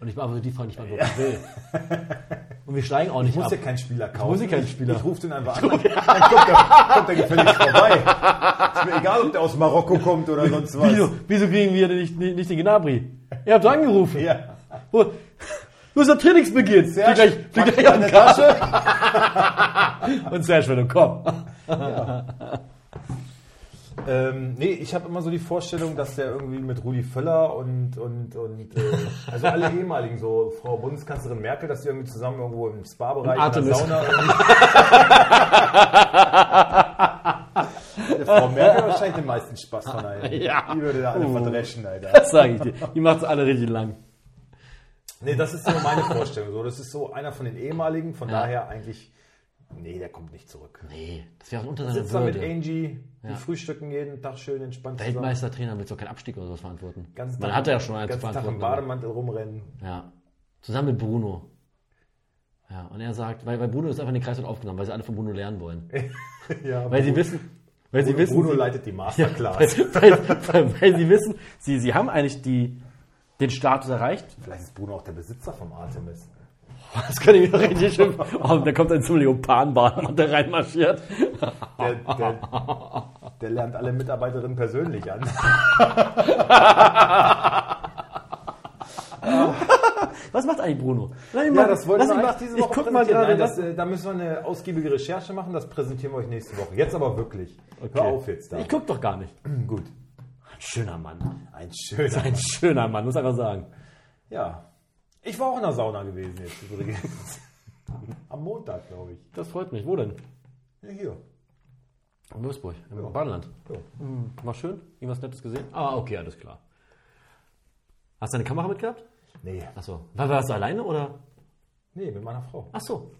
Und ich beantworte die Frage nicht mal, wo ich will. Und wir steigen auch nicht Ich muss ab. ja keinen Spieler kaufen. muss ja keinen Spieler. Ich, ich rufe den einfach an. Dann kommt der, kommt der gefälligst vorbei. Ist mir egal, ob der aus Marokko kommt oder sonst was. Wieso, wieso kriegen wir denn nicht, nicht, nicht den Gnabry? Ihr habt doch angerufen. Ja. Wo, wo ist der Trainingsbeginn? Flieg Serge, gleich, flieg pack gleich auf deine den Tasche. Und Serge, wenn du komm. Ähm, nee, ich habe immer so die Vorstellung, dass der irgendwie mit Rudi Völler und, und, und äh, also alle ehemaligen, so Frau Bundeskanzlerin Merkel, dass die irgendwie zusammen irgendwo im Spa-Bereich Im in der Artemis. Sauna. irgendwie- Der Frau Merkel wahrscheinlich den meisten Spaß von allen. Ja. Die würde da alle Oh. verdreschen, Alter. Das sage ich dir. Die macht's alle richtig lang. Nee, das ist so meine Vorstellung. So, das ist so einer von den ehemaligen, von daher eigentlich, nee, der kommt nicht zurück. Nee, also, das wäre auch unter Sitzt seiner da mit Würde. Angie, die frühstücken jeden Tag schön entspannt zusammen. Weltmeistertrainer will doch keinen Abstieg oder sowas verantworten. Ganzen Man Tag- hat ja schon einen zu ganzen Tag im verantworten. Bademantel rumrennen. Ja. Zusammen mit Bruno. Ja, und er sagt, weil, weil Bruno ist einfach in den Kreis aufgenommen, weil sie alle von Bruno lernen wollen. Ja, Weil sie wissen, weil sie wissen, Bruno sie- leitet die weil, Masterclass. weil, weil, weil sie wissen, sie, sie haben eigentlich die, den Status erreicht. Vielleicht ist Bruno auch der Besitzer vom Artemis. Das kann ich mir doch richtig schön. Oh, da kommt ein zum Leopardenbahn und der reinmarschiert. Der, der, der lernt alle Mitarbeiterinnen persönlich an. Was macht eigentlich Bruno? Lass ihn Ja, mal- das wollten lass wir ihn eigentlich mal- diese Ich Woche guck mal präsentieren. gerade. Nein, das, lass- äh, da müssen wir eine ausgiebige Recherche machen. Das präsentieren wir euch nächste Woche. Jetzt aber wirklich. Hör auf jetzt da. Ich guck doch gar nicht. Gut. Ein schöner Mann. Ein schöner. Ein schöner Mann, muss einfach sagen. Ja. Ich war auch in der Sauna gewesen jetzt übrigens. Am Montag, glaube ich. Das freut mich. Wo denn? Ja, hier. In Würzburg, im Badeland. Ja. Hm, War schön? Irgendwas Nettes gesehen? Ah, okay, alles klar. Hast du deine Kamera mitgehabt? Nee. Achso. War, warst du alleine oder? Nee, mit meiner Frau. Achso.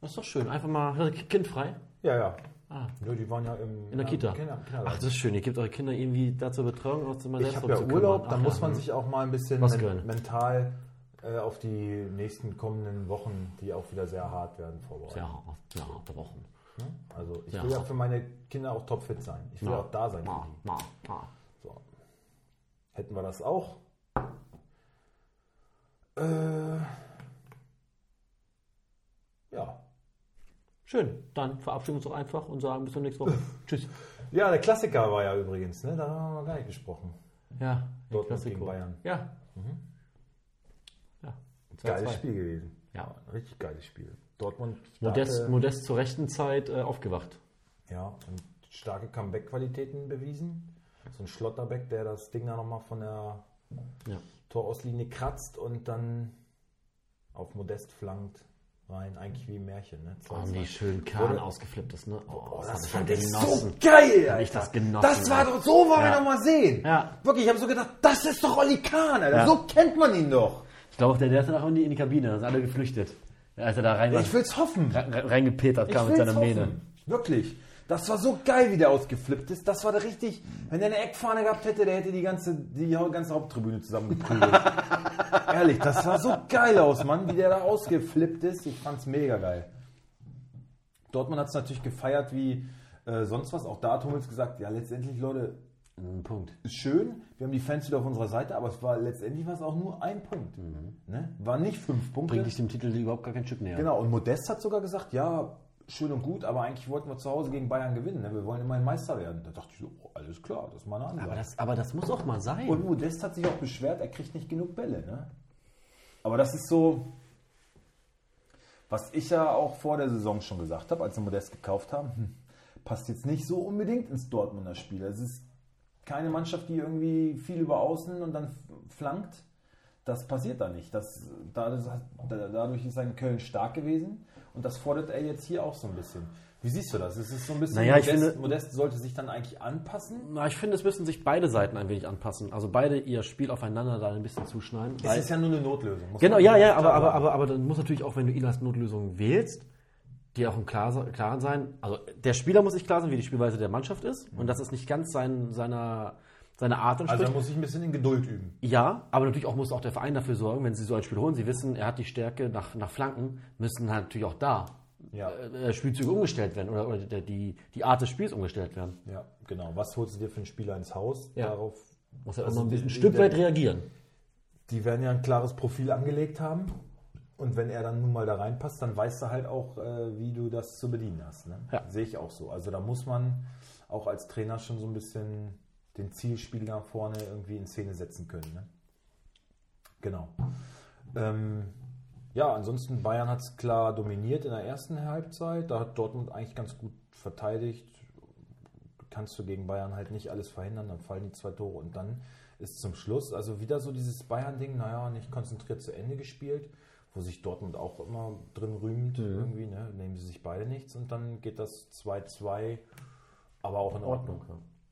Das ist doch schön. Einfach mal hatte Kind frei Ja, ja. Nur die waren ja im, Ah. ähm, in der Kita. Kinder, Ach, das ist schön. Ihr gebt eure Kinder irgendwie dazu Betreuung aus dem Ich habe ja Urlaub, da muss man sich auch mal ein bisschen Was men gönnen. mental äh, auf die nächsten kommenden Wochen, die auch wieder sehr hart werden, vorbereiten. Ja, ja, Wochen. Also ich Ja. will ja für meine Kinder auch topfit sein. Ich will Ja. Ah. auch da sein. für Ma, die. ma, ma. So. Hätten wir das auch? Äh, ja. Schön. Dann verabschieden wir uns doch einfach und sagen bis zur nächsten Woche. Tschüss. Ja, der Klassiker war ja übrigens, ne? Da haben wir gar nicht gesprochen. Ja, Dortmund Klassiko. gegen Bayern. Mhm. Ja. ja. Geiles 2-2. Spiel gewesen. Ja. Richtig geiles Spiel. Dortmund starke- Modest, Modest zur rechten Zeit äh, aufgewacht. Ja, und starke Comeback-Qualitäten bewiesen. So ein Schlotterbeck, der das Ding da nochmal von der Ja. Torauslinie kratzt und dann auf Modest flankt rein. Eigentlich wie ein Märchen. Ne? Oh, 22. wie schön Kahn Wurde- ausgeflippt ist, ne? Oh, Oh, hab das ich fand ja ich so genossen. geil, Alter. ich das genossen, das war Alter. doch, so wollen Ja. wir nochmal sehen. Ja. Wirklich, ich habe so gedacht, das ist doch Oli Kahn, Alter. Ja. So kennt man ihn doch. Ich glaube, der, der ist danach in die, in die Kabine, da sind alle geflüchtet. Als er da rein war, Ich will's hoffen. re- re- reingepetert kam Ich mit will's seiner Mähne. hoffen. Wirklich. Das war so geil, wie der ausgeflippt ist. Das war der richtig. Wenn der eine Eckfahne gehabt hätte, der hätte die ganze, die ganze Haupttribüne zusammengeprügelt. Ehrlich, das sah so geil aus, Mann, wie der da ausgeflippt ist. Ich fand's mega geil. Dortmund hat's natürlich gefeiert wie äh, sonst was. Auch da hat Hummels gesagt, ja, letztendlich, Leute, Hm, Punkt. ist schön, wir haben die Fans wieder auf unserer Seite, aber es war letztendlich war es auch nur ein Punkt. Ne? War nicht fünf Punkte. Mhm. Bringt dich dem Titel überhaupt gar kein Stück näher. Genau, und Modest hat sogar gesagt, ja, schön und gut, aber eigentlich wollten wir zu Hause gegen Bayern gewinnen. Ne? Wir wollen immerhin Meister werden. Da dachte ich so, oh, alles klar, das ist meine Aber, Ansage. das, aber das muss auch mal sein. Und Modest hat sich auch beschwert, er kriegt nicht genug Bälle. Ne? Aber das ist so, was ich ja auch vor der Saison schon gesagt habe, als wir Modest gekauft haben, hm, passt jetzt nicht so unbedingt ins Dortmunder Spiel. Es ist keine Mannschaft, die irgendwie viel über Außen und dann f- flankt. Das passiert da nicht. Das, dadurch, dadurch ist er in Köln stark gewesen und das fordert er jetzt hier auch so ein bisschen. Wie siehst du das? Es ist so ein bisschen, Naja, ich Modest, finde- Modest sollte sich dann eigentlich anpassen. Na, ich finde, es müssen sich beide Seiten ein wenig anpassen. Also beide ihr Spiel aufeinander da ein bisschen zuschneiden. Es weil- ist ja nur eine Notlösung. muss Genau, man ja, ganz ja, klar aber, aber, sagen. aber, aber dann muss natürlich auch, wenn du ihn als Notlösung wählst, dir auch im Klar, Klaren sein. Also der Spieler muss sich klar sein, wie die Spielweise der Mannschaft ist. Und das ist nicht ganz sein, seiner, seine Art Also entspricht. da muss ich ein bisschen in Geduld üben. Ja, aber natürlich auch muss auch der Verein dafür sorgen, wenn sie so ein Spiel holen. Sie wissen, er hat die Stärke nach, nach Flanken, müssen halt natürlich auch da Ja. äh, Spielzüge umgestellt werden oder, oder der- die, die Art des Spiels umgestellt werden. Ja, genau. Was holst du dir für einen Spieler ins Haus? Ja. Darauf. Muss halt Also immer ein, bisschen, die- ein Stück der- weit reagieren. Die werden ja ein klares Profil angelegt haben. Und wenn er dann nun mal da reinpasst, dann weißt du halt auch, äh, wie du das zu bedienen hast. Ne? Ja. Sehe ich auch so. Also da muss man auch als Trainer schon so ein bisschen den Zielspieler vorne irgendwie in Szene setzen können. Ne? Genau. Ähm, ja, ansonsten Bayern hat es klar dominiert in der ersten Halbzeit. Da hat Dortmund eigentlich ganz gut verteidigt. Kannst du gegen Bayern halt nicht alles verhindern, dann fallen die zwei Tore und dann ist zum Schluss, also wieder so dieses Bayern-Ding, naja, nicht konzentriert zu Ende gespielt, wo sich Dortmund auch immer drin rühmt, irgendwie, ne? nehmen sie sich beide nichts und dann geht das 2-2, aber auch in Ordnung.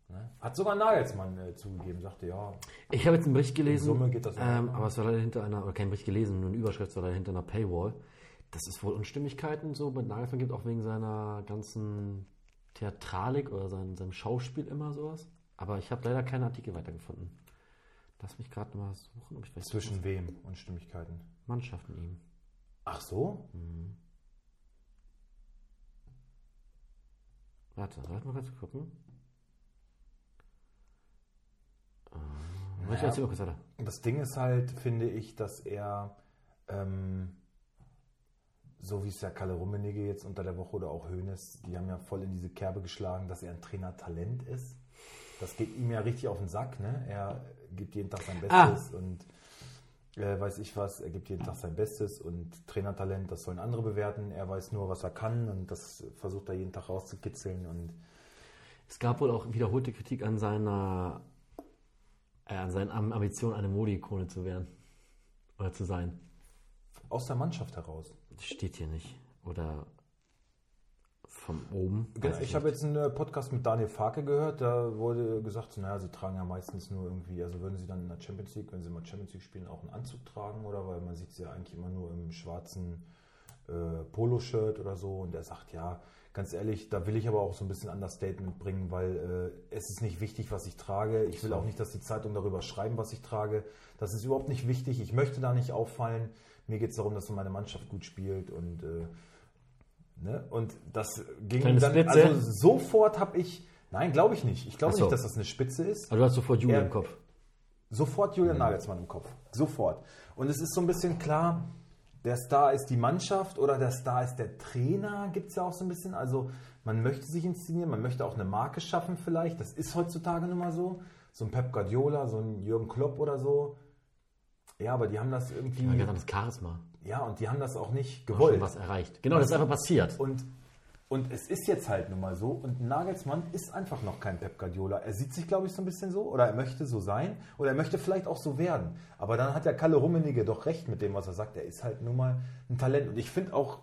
Ne? Hat sogar Nagelsmann äh, zugegeben, sagte ja, Ich habe jetzt einen Bericht gelesen, Summe geht das auch. ähm, aber es war leider hinter einer, oder kein Bericht gelesen, nur eine Überschrift, es war leider hinter einer Paywall, dass es wohl Unstimmigkeiten so mit Nagelsmann gibt, auch wegen seiner ganzen Theatralik oder seinem, seinem Schauspiel immer sowas. Aber ich habe leider keinen Artikel weitergefunden. Lass mich gerade mal suchen, ob ich vielleicht zwischen wem Unstimmigkeiten? Mannschaften ihm. Hm. Ach so? Warte, warte mal kurz gucken. Äh, ich erzähl mal kurz weiter. Das Ding ist halt, finde ich, dass er, ähm, so wie es ja Kalle Rummenigge jetzt unter der Woche oder auch Hoeneß, die haben ja voll in diese Kerbe geschlagen, dass er ein Trainertalent ist. Das geht ihm ja richtig auf den Sack, ne? Er gibt jeden Tag sein Ah. Bestes und äh, weiß ich was, er gibt jeden Tag sein Bestes und Trainertalent, das sollen andere bewerten. Er weiß nur, was er kann und das versucht er jeden Tag rauszukitzeln und Es gab wohl auch wiederholte Kritik an seiner äh, an seinen Am- Ambitionen, eine Modeikone zu werden. Oder zu sein. aus der Mannschaft heraus. Das steht hier nicht. Oder von oben. Genau, Weiß ich nicht. habe jetzt einen äh, Podcast mit Daniel Farke gehört, da wurde gesagt, so, naja, sie tragen ja meistens nur irgendwie, also würden sie dann in der Champions League, wenn sie mal Champions League spielen, auch einen Anzug tragen oder weil man sieht sie ja eigentlich immer nur im schwarzen äh, Poloshirt oder so und er sagt, ja, ganz ehrlich, da will ich aber auch so ein bisschen Understatement bringen, weil äh, es ist nicht wichtig, was ich trage. Ich will auch nicht, dass die Zeitung darüber schreiben, was ich trage. Das ist überhaupt nicht wichtig. Ich möchte da nicht auffallen. Mir geht es darum, dass meine Mannschaft gut spielt und äh, Ne? Und das ging Kleine dann, Spitze. also sofort habe ich, nein, glaube ich nicht. Ich glaube Ach so. Also nicht, dass das eine Spitze ist. Aber du hast sofort Jule Ja. im Kopf. Sofort Julian Nagelsmann im Kopf. Sofort. Und es ist so ein bisschen klar, der Star ist die Mannschaft oder der Star ist der Trainer, gibt es ja auch so ein bisschen. Also man möchte sich inszenieren, man möchte auch eine Marke schaffen vielleicht. Das ist heutzutage nun mal so. So ein Pep Guardiola, so ein Jürgen Klopp oder so. Ja, aber die haben das irgendwie, Ja, ja, das Charisma. und die haben das auch nicht Hat Schon gewollt. was erreicht. Genau, das ist einfach passiert. Und, und es ist jetzt halt nun mal so. Und Nagelsmann ist einfach noch kein Pep Guardiola. Er sieht sich, glaube ich, so ein bisschen so. Oder er möchte so sein. Oder er möchte vielleicht auch so werden. Aber dann hat ja Kalle Rummenigge doch recht mit dem, was er sagt. Er ist halt nun mal ein Talent. Und ich finde auch,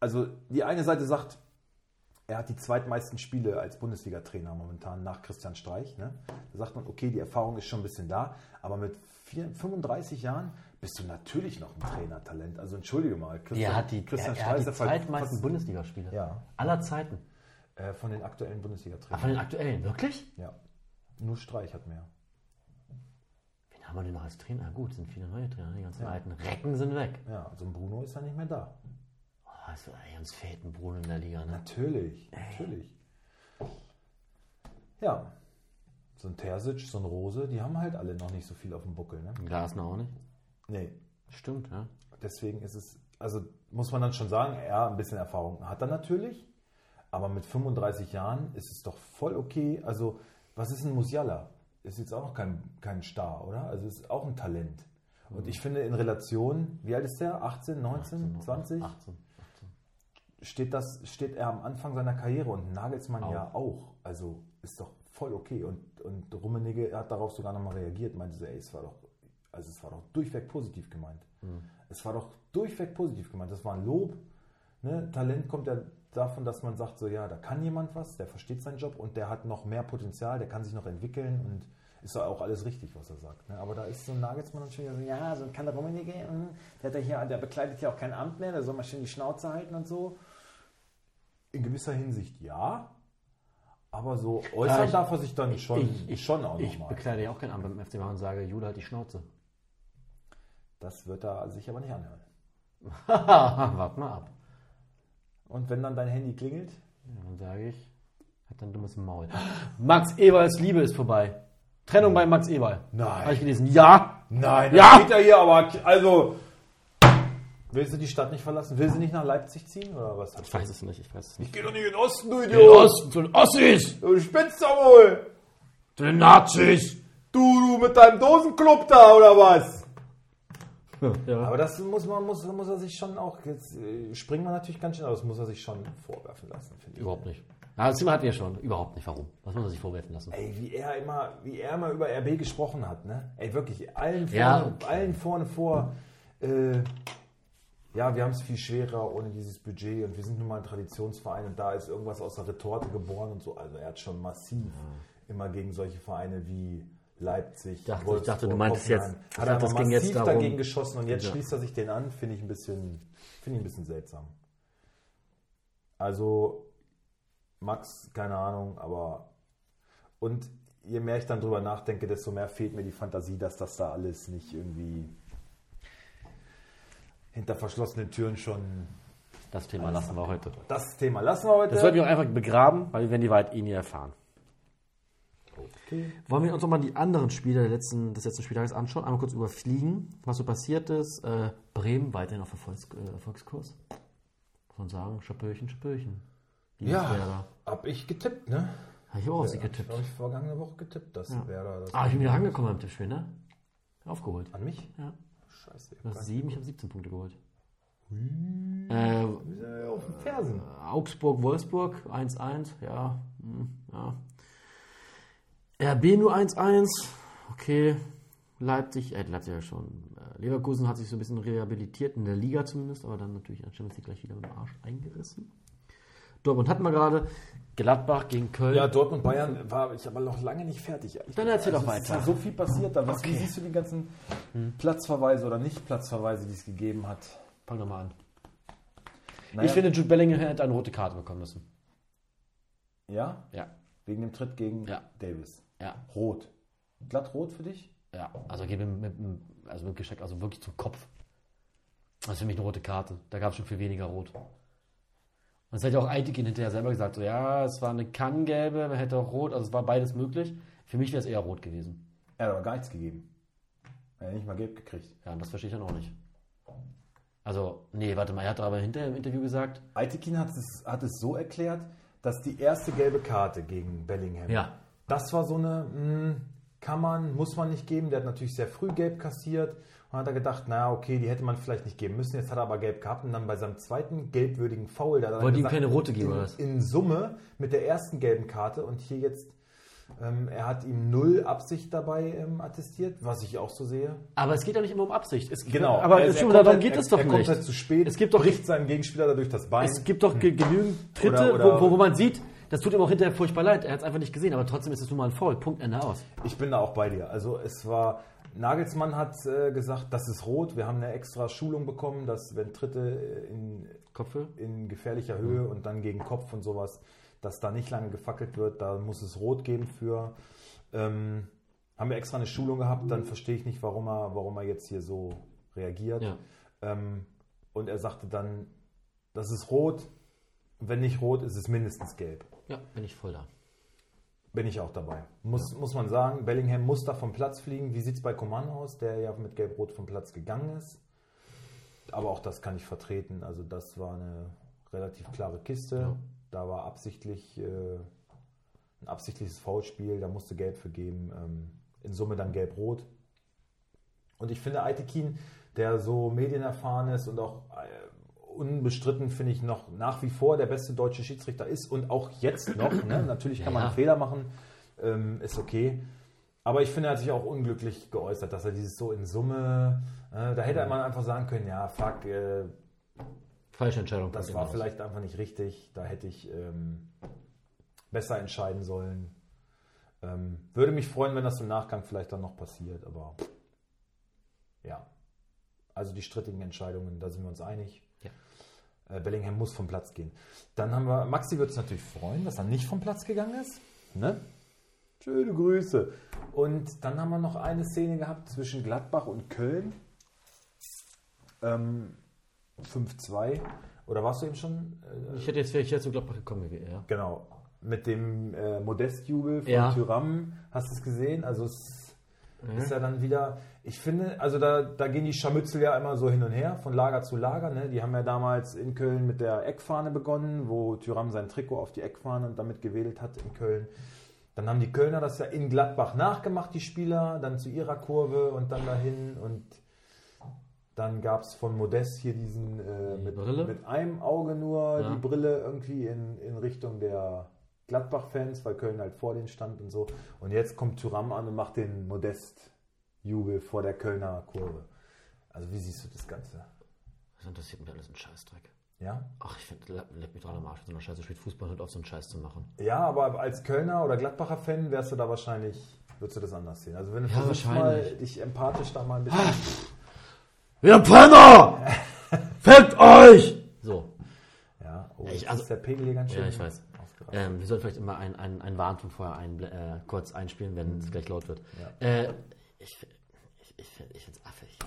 also die eine Seite sagt, er hat die zweitmeisten Spiele als Bundesliga-Trainer momentan nach Christian Streich. Ne? Da sagt man, okay, die Erfahrung ist schon ein bisschen da, aber mit vier- 35 Jahren bist du natürlich noch ein Trainertalent. Also entschuldige mal, Christian, Er hat die, er, Christian er hat die ist ja fast- zweitmeisten fast- Bundesligaspiele. Ja. Aller Zeiten. äh, von den aktuellen Ah, Bundesliga-Trainern. von den aktuellen. Wirklich? Ja. Nur Streich hat mehr. Wen haben wir denn noch als Trainer? Ah, Gut, sind viele neue Trainer. Die ganzen alten Recken sind weg. Ja, also ein Bruno ist ja nicht mehr da. Oh, also, ey, uns fehlt ein Brunnen in der Liga. Ne? Natürlich, natürlich. Ja. So ein Terzic, so ein Rose, die haben halt alle noch nicht so viel auf dem Buckel, ne? Glasner auch nicht. Nee, Stimmt, ja. deswegen ist es, also muss man dann schon sagen, ja, ein bisschen Erfahrung hat er natürlich, aber mit 35 Jahren ist es doch voll okay. Also, was ist ein Musiala? Ist jetzt auch noch kein, kein Star, oder? Also, ist auch ein Talent. Und ich finde, in Relation, wie alt ist der? 18, 19, 20? 18. Steht, das, steht er am Anfang seiner Karriere und Nagelsmann Auch. ja auch. Also, ist doch voll okay. Und, und Rummenigge hat darauf sogar nochmal reagiert, meinte so, ey, es war doch, also es war doch durchweg positiv gemeint. Es war doch durchweg positiv gemeint. Das war ein Lob. Ne? Talent kommt ja davon, dass man sagt, so ja, da kann jemand was, der versteht seinen Job und der hat noch mehr Potenzial, der kann sich noch entwickeln und ist ja auch alles richtig, was er sagt. Ne? Aber da ist so ein Nagelsmann dann schon wieder so, ja, so ein Kalle Rummenigge, mm, der, hat ja hier, der bekleidet ja auch kein Amt mehr, der soll mal schön die Schnauze halten und so. In gewisser Hinsicht ja, Aber so äußern Ah, ich- darf er sich dann schon, ich- ich- schon auch Ich nochmal. bekleide ja auch kein Amt beim FC Bayern und sage, Jude hat die Schnauze. Das wird er sich aber nicht anhören. Wart mal ab. Und wenn dann dein Handy klingelt, Ja, dann sage ich, hat ein dummes Maul. Max Eberls Liebe ist vorbei. Trennung bei Max Eberl. Nein. Habe ich gelesen. Ja. nein, Ja! ja. geht er hier, aber also willst du die Stadt nicht verlassen? Willst du nicht nach Leipzig ziehen oder was? Ich weiß es nicht, ich weiß es nicht. Ich geh doch nicht in den Osten, du Den Idiot! Osten, zu den Ossis, Du spinnst doch wohl! zu den Nazis. Du, du mit deinem Dosenclub da oder was? Ja. Aber das muss man, muss, muss er sich schon auch, jetzt äh, springen wir natürlich ganz schön, aber das muss er sich schon vorwerfen lassen, finde ich. Überhaupt nicht. Ja, das Thema hatten wir schon. Überhaupt nicht. Warum? Was muss man sich vorwerfen lassen? Ey, wie er immer, wie er immer über RB gesprochen hat, ne? Ey, wirklich, allen vorne, Ja, allen vorne vor, äh, ja, wir haben es viel schwerer ohne dieses Budget und wir sind nun mal ein Traditionsverein und da ist irgendwas aus der Retorte geboren und so. Also er hat schon massiv immer gegen solche Vereine wie Leipzig, dachte- Mhm. ich dachte, du meintest Hoffenheim, jetzt- ich hat dachte, er das das ging massiv jetzt darum. dagegen geschossen und jetzt Ja. schließt er sich den an, finde ich ein bisschen, finde ich ein bisschen seltsam. Also Max, keine Ahnung, aber und je mehr ich dann drüber nachdenke, desto mehr fehlt mir die Fantasie, dass das da alles nicht irgendwie hinter verschlossenen Türen schon. Das Thema lassen wir heute. Das Thema lassen wir heute. Das sollten wir auch einfach begraben, weil wir werden die Wahrheit eh nie erfahren. okay. Wollen wir uns nochmal die anderen Spiele der letzten, des letzten Spieltages anschauen? Einmal kurz überfliegen, was so passiert ist. Äh, Bremen weiterhin auf Erfolgs, äh, Erfolgskurs. Muss man sagen, Schöpöchen, Schöpöchen. Die Ja, Werder. hab ich getippt, ne? Habe ich auch auf sie getippt. Habe ich vergangene Woche getippt, dass Werder das Ah, ich bin wieder angekommen beim Tippspiel, ne? Aufgeholt. an mich. Ja. Scheiße, ich Du hab hast sieben, ich habe 17 Punkte geholt. Äh, keine- auf den Fersen. Augsburg, Wolfsburg 1-1, ja. hm, ja. RB nur 1-1, okay. Leipzig, äh, Leipzig ja schon. Äh, Leverkusen hat sich so ein bisschen rehabilitiert, in der Liga zumindest, aber dann natürlich in der Champions League gleich wieder mit dem Arsch eingerissen. Dortmund hatten wir gerade. Gladbach gegen Köln. Ja, Dortmund Bayern war ich aber noch lange nicht fertig. ehrlich Äh. Dann gesagt. Also, es erzähl doch ist weiter. Hm. ja so viel passiert da. Was, Wie siehst du die ganzen Platzverweise oder Nicht-Platzverweise, die es gegeben hat? Fang doch mal an. Naja, Ich finde, Jude Bellingham hätte eine rote Karte bekommen müssen. ja, Ja, wegen dem Tritt gegen Ja. Davis. ja, Rot. Glatt rot für dich? ja. Also geht mit, mit, mit, also mit gestreckt, also wirklich zum Kopf. Das ist für mich eine rote Karte. Da gab es schon viel weniger Rot. Und es hat ja auch Eitikin hinterher selber gesagt, so ja, es war eine Kann-Gelbe, man hätte auch Rot, also es war beides möglich. Für mich wäre es eher Rot gewesen. Er hat aber gar nichts gegeben. Er hat nicht mal gelb gekriegt. Ja, und das verstehe ich dann auch nicht. Also, nee, warte mal, er hat aber hinterher im Interview gesagt, Aitekin hat es, hat es so erklärt, dass die erste gelbe Karte gegen Bellingham, Ja. das war so eine, mh, kann man, muss man nicht geben. Der hat natürlich sehr früh gelb kassiert und hat er gedacht, naja, okay, die hätte man vielleicht nicht geben müssen. Jetzt hat er aber gelb gehabt und dann bei seinem zweiten gelbwürdigen Foul, da hat er dann Wollte ihm gesagt, keine rote geben, in, oder was? in Summe mit der ersten gelben Karte und hier jetzt, ähm, er hat ihm null Absicht dabei ähm, attestiert, was ich auch so sehe. aber es geht doch nicht immer um Absicht. Es, Genau. Aber Er- es, er darum kommt halt- geht er, es doch er nicht. Kommt halt zu spät, es gibt doch bricht seinem Gegenspieler dadurch das Bein. Es gibt doch ge- genügend Tritte, Oder- oder- wo, wo man sieht, das tut ihm auch hinterher furchtbar leid. Er hat es einfach nicht gesehen, aber trotzdem ist es nun mal ein Foul. Punkt, Ende aus. Ich bin da auch bei dir. Also es war, Nagelsmann hat äh, gesagt, das ist rot. Wir haben eine extra Schulung bekommen, dass wenn Tritte äh, in, Kopfhörer? in gefährlicher Höhe und dann gegen Kopf und sowas, dass da nicht lange gefackelt wird, da muss es rot geben für. Ähm, haben wir extra eine Schulung gehabt, dann verstehe ich nicht, warum er, warum er jetzt hier so reagiert. Ja. Ähm, und er sagte dann, das ist rot. Wenn nicht rot, ist es mindestens gelb. Ja, bin ich voll da. Bin ich auch dabei. Muss, muss man sagen, Bellingham muss da vom Platz fliegen. Wie sieht es bei Coman aus, der ja mit Gelb-Rot vom Platz gegangen ist? Aber auch das kann ich vertreten. Also das war eine relativ klare Kiste. Da war absichtlich äh, ein absichtliches Foulspiel, da musste Gelb für geben. Ähm, in Summe dann Gelb-Rot. Und ich finde Aitekin, der so medienerfahren ist und auch äh, unbestritten, finde ich, noch nach wie vor der beste deutsche Schiedsrichter ist und auch jetzt noch. Ne? Natürlich kann Ja, man ja. einen Fehler machen, ähm, ist okay. Aber ich finde, er hat sich auch unglücklich geäußert, dass er dieses so in Summe, äh, da hätte man einfach sagen können, ja, fuck, äh, Falsche Entscheidung. das Punkt, war Ende aus. vielleicht einfach nicht richtig, da hätte ich ähm, besser entscheiden sollen. Ähm, würde mich freuen, wenn das im Nachgang vielleicht dann noch passiert, aber ja. Also die strittigen Entscheidungen, da sind wir uns einig. Ja. Äh, Bellingham muss vom Platz gehen. Dann haben wir, Maxi wird es natürlich freuen, dass er nicht vom Platz gegangen ist. Ne? Schöne Grüße. Und dann haben wir noch eine Szene gehabt zwischen Gladbach und Köln. Ähm, 5-2. Oder warst du eben schon? Äh, Ich hätte jetzt wäre ich jetzt zu Gladbach gekommen, ja. genau. Mit dem äh, Modestjubel von Ja. Mhm. Tyram. Hast du es gesehen? Also es ist ja dann wieder. Ich finde, also da, da gehen die Scharmützel ja immer so hin und her, von Lager zu Lager. Ne? Die haben ja damals in Köln mit der Eckfahne begonnen, wo Tyram sein Trikot auf die Eckfahne und damit gewedelt hat in Köln. Dann haben die Kölner das ja in Gladbach nachgemacht, die Spieler, dann zu ihrer Kurve und dann dahin und dann gab es von Modest hier diesen äh, mit, Brille? mit einem Auge nur Ja. die Brille irgendwie in, in Richtung der Gladbach-Fans, weil Köln halt vor denen stand und so. Und jetzt kommt Thuram an und macht den Modest-Jubel vor der Kölner Kurve. Also wie siehst du das Ganze? Das interessiert mich alles ein Scheißdreck. Ja? Ach, ich finde, leck mich doch am Arsch mit so einer Scheiße. Spielt Fußball und hört auf, so einen Scheiß zu machen. Ja, aber als Kölner oder Gladbacher Fan wärst du da wahrscheinlich, würdest du das anders sehen. Also wenn du versuchst mal wahrscheinlich. Ah. dich empathisch da mal ein bisschen Ihr Penner! Fickt euch! So. Ja, oh, ich- jetzt also- ist der Pegel hier ganz schön. Ja, ich weiß. aufgereizt. Ähm, wir sollten vielleicht immer einen ein, ein Warn von vorher ein, äh, kurz einspielen, wenn es gleich laut wird. Ja. Äh, ich ich, ich, find- ich finde es affig.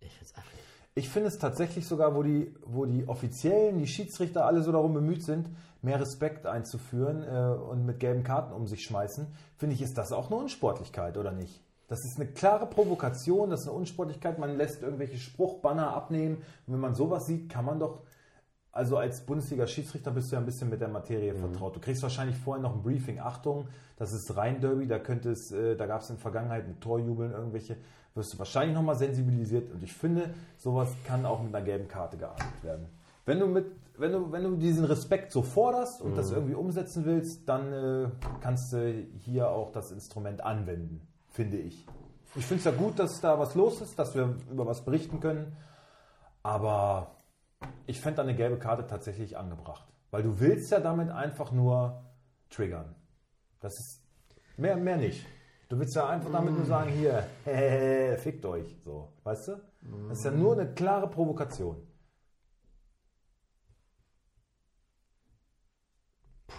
Ich finde es affig. Ich finde es tatsächlich sogar, wo die, wo die Offiziellen, die Schiedsrichter alle so darum bemüht sind, mehr Respekt einzuführen äh, und mit gelben Karten um sich schmeißen, finde ich, ist das auch eine Unsportlichkeit, oder nicht? Das ist eine klare Provokation, das ist eine Unsportlichkeit. Man lässt irgendwelche Spruchbanner abnehmen. Und wenn man sowas sieht, kann man doch, also als Bundesliga-Schiedsrichter bist du ja ein bisschen mit der Materie vertraut. Du kriegst wahrscheinlich vorher noch ein Briefing. Achtung, das ist Rhein-Derby, da könnte es, äh, da gab es in der Vergangenheit mit Torjubeln irgendwelche, wirst du wahrscheinlich nochmal sensibilisiert. Und ich finde, sowas kann auch mit einer gelben Karte geahndet werden. Wenn du mit, wenn du, wenn du diesen Respekt so forderst und das irgendwie umsetzen willst, dann äh, kannst du hier auch das Instrument anwenden, finde ich. Ich finde es ja gut, dass da was los ist, dass wir über was berichten können. Aber ich fände eine gelbe Karte tatsächlich angebracht. Weil du willst ja damit einfach nur triggern. Das ist mehr, mehr nicht. Du willst ja einfach damit nur sagen, hier, fickt euch. So, weißt du? Das ist ja nur eine klare Provokation.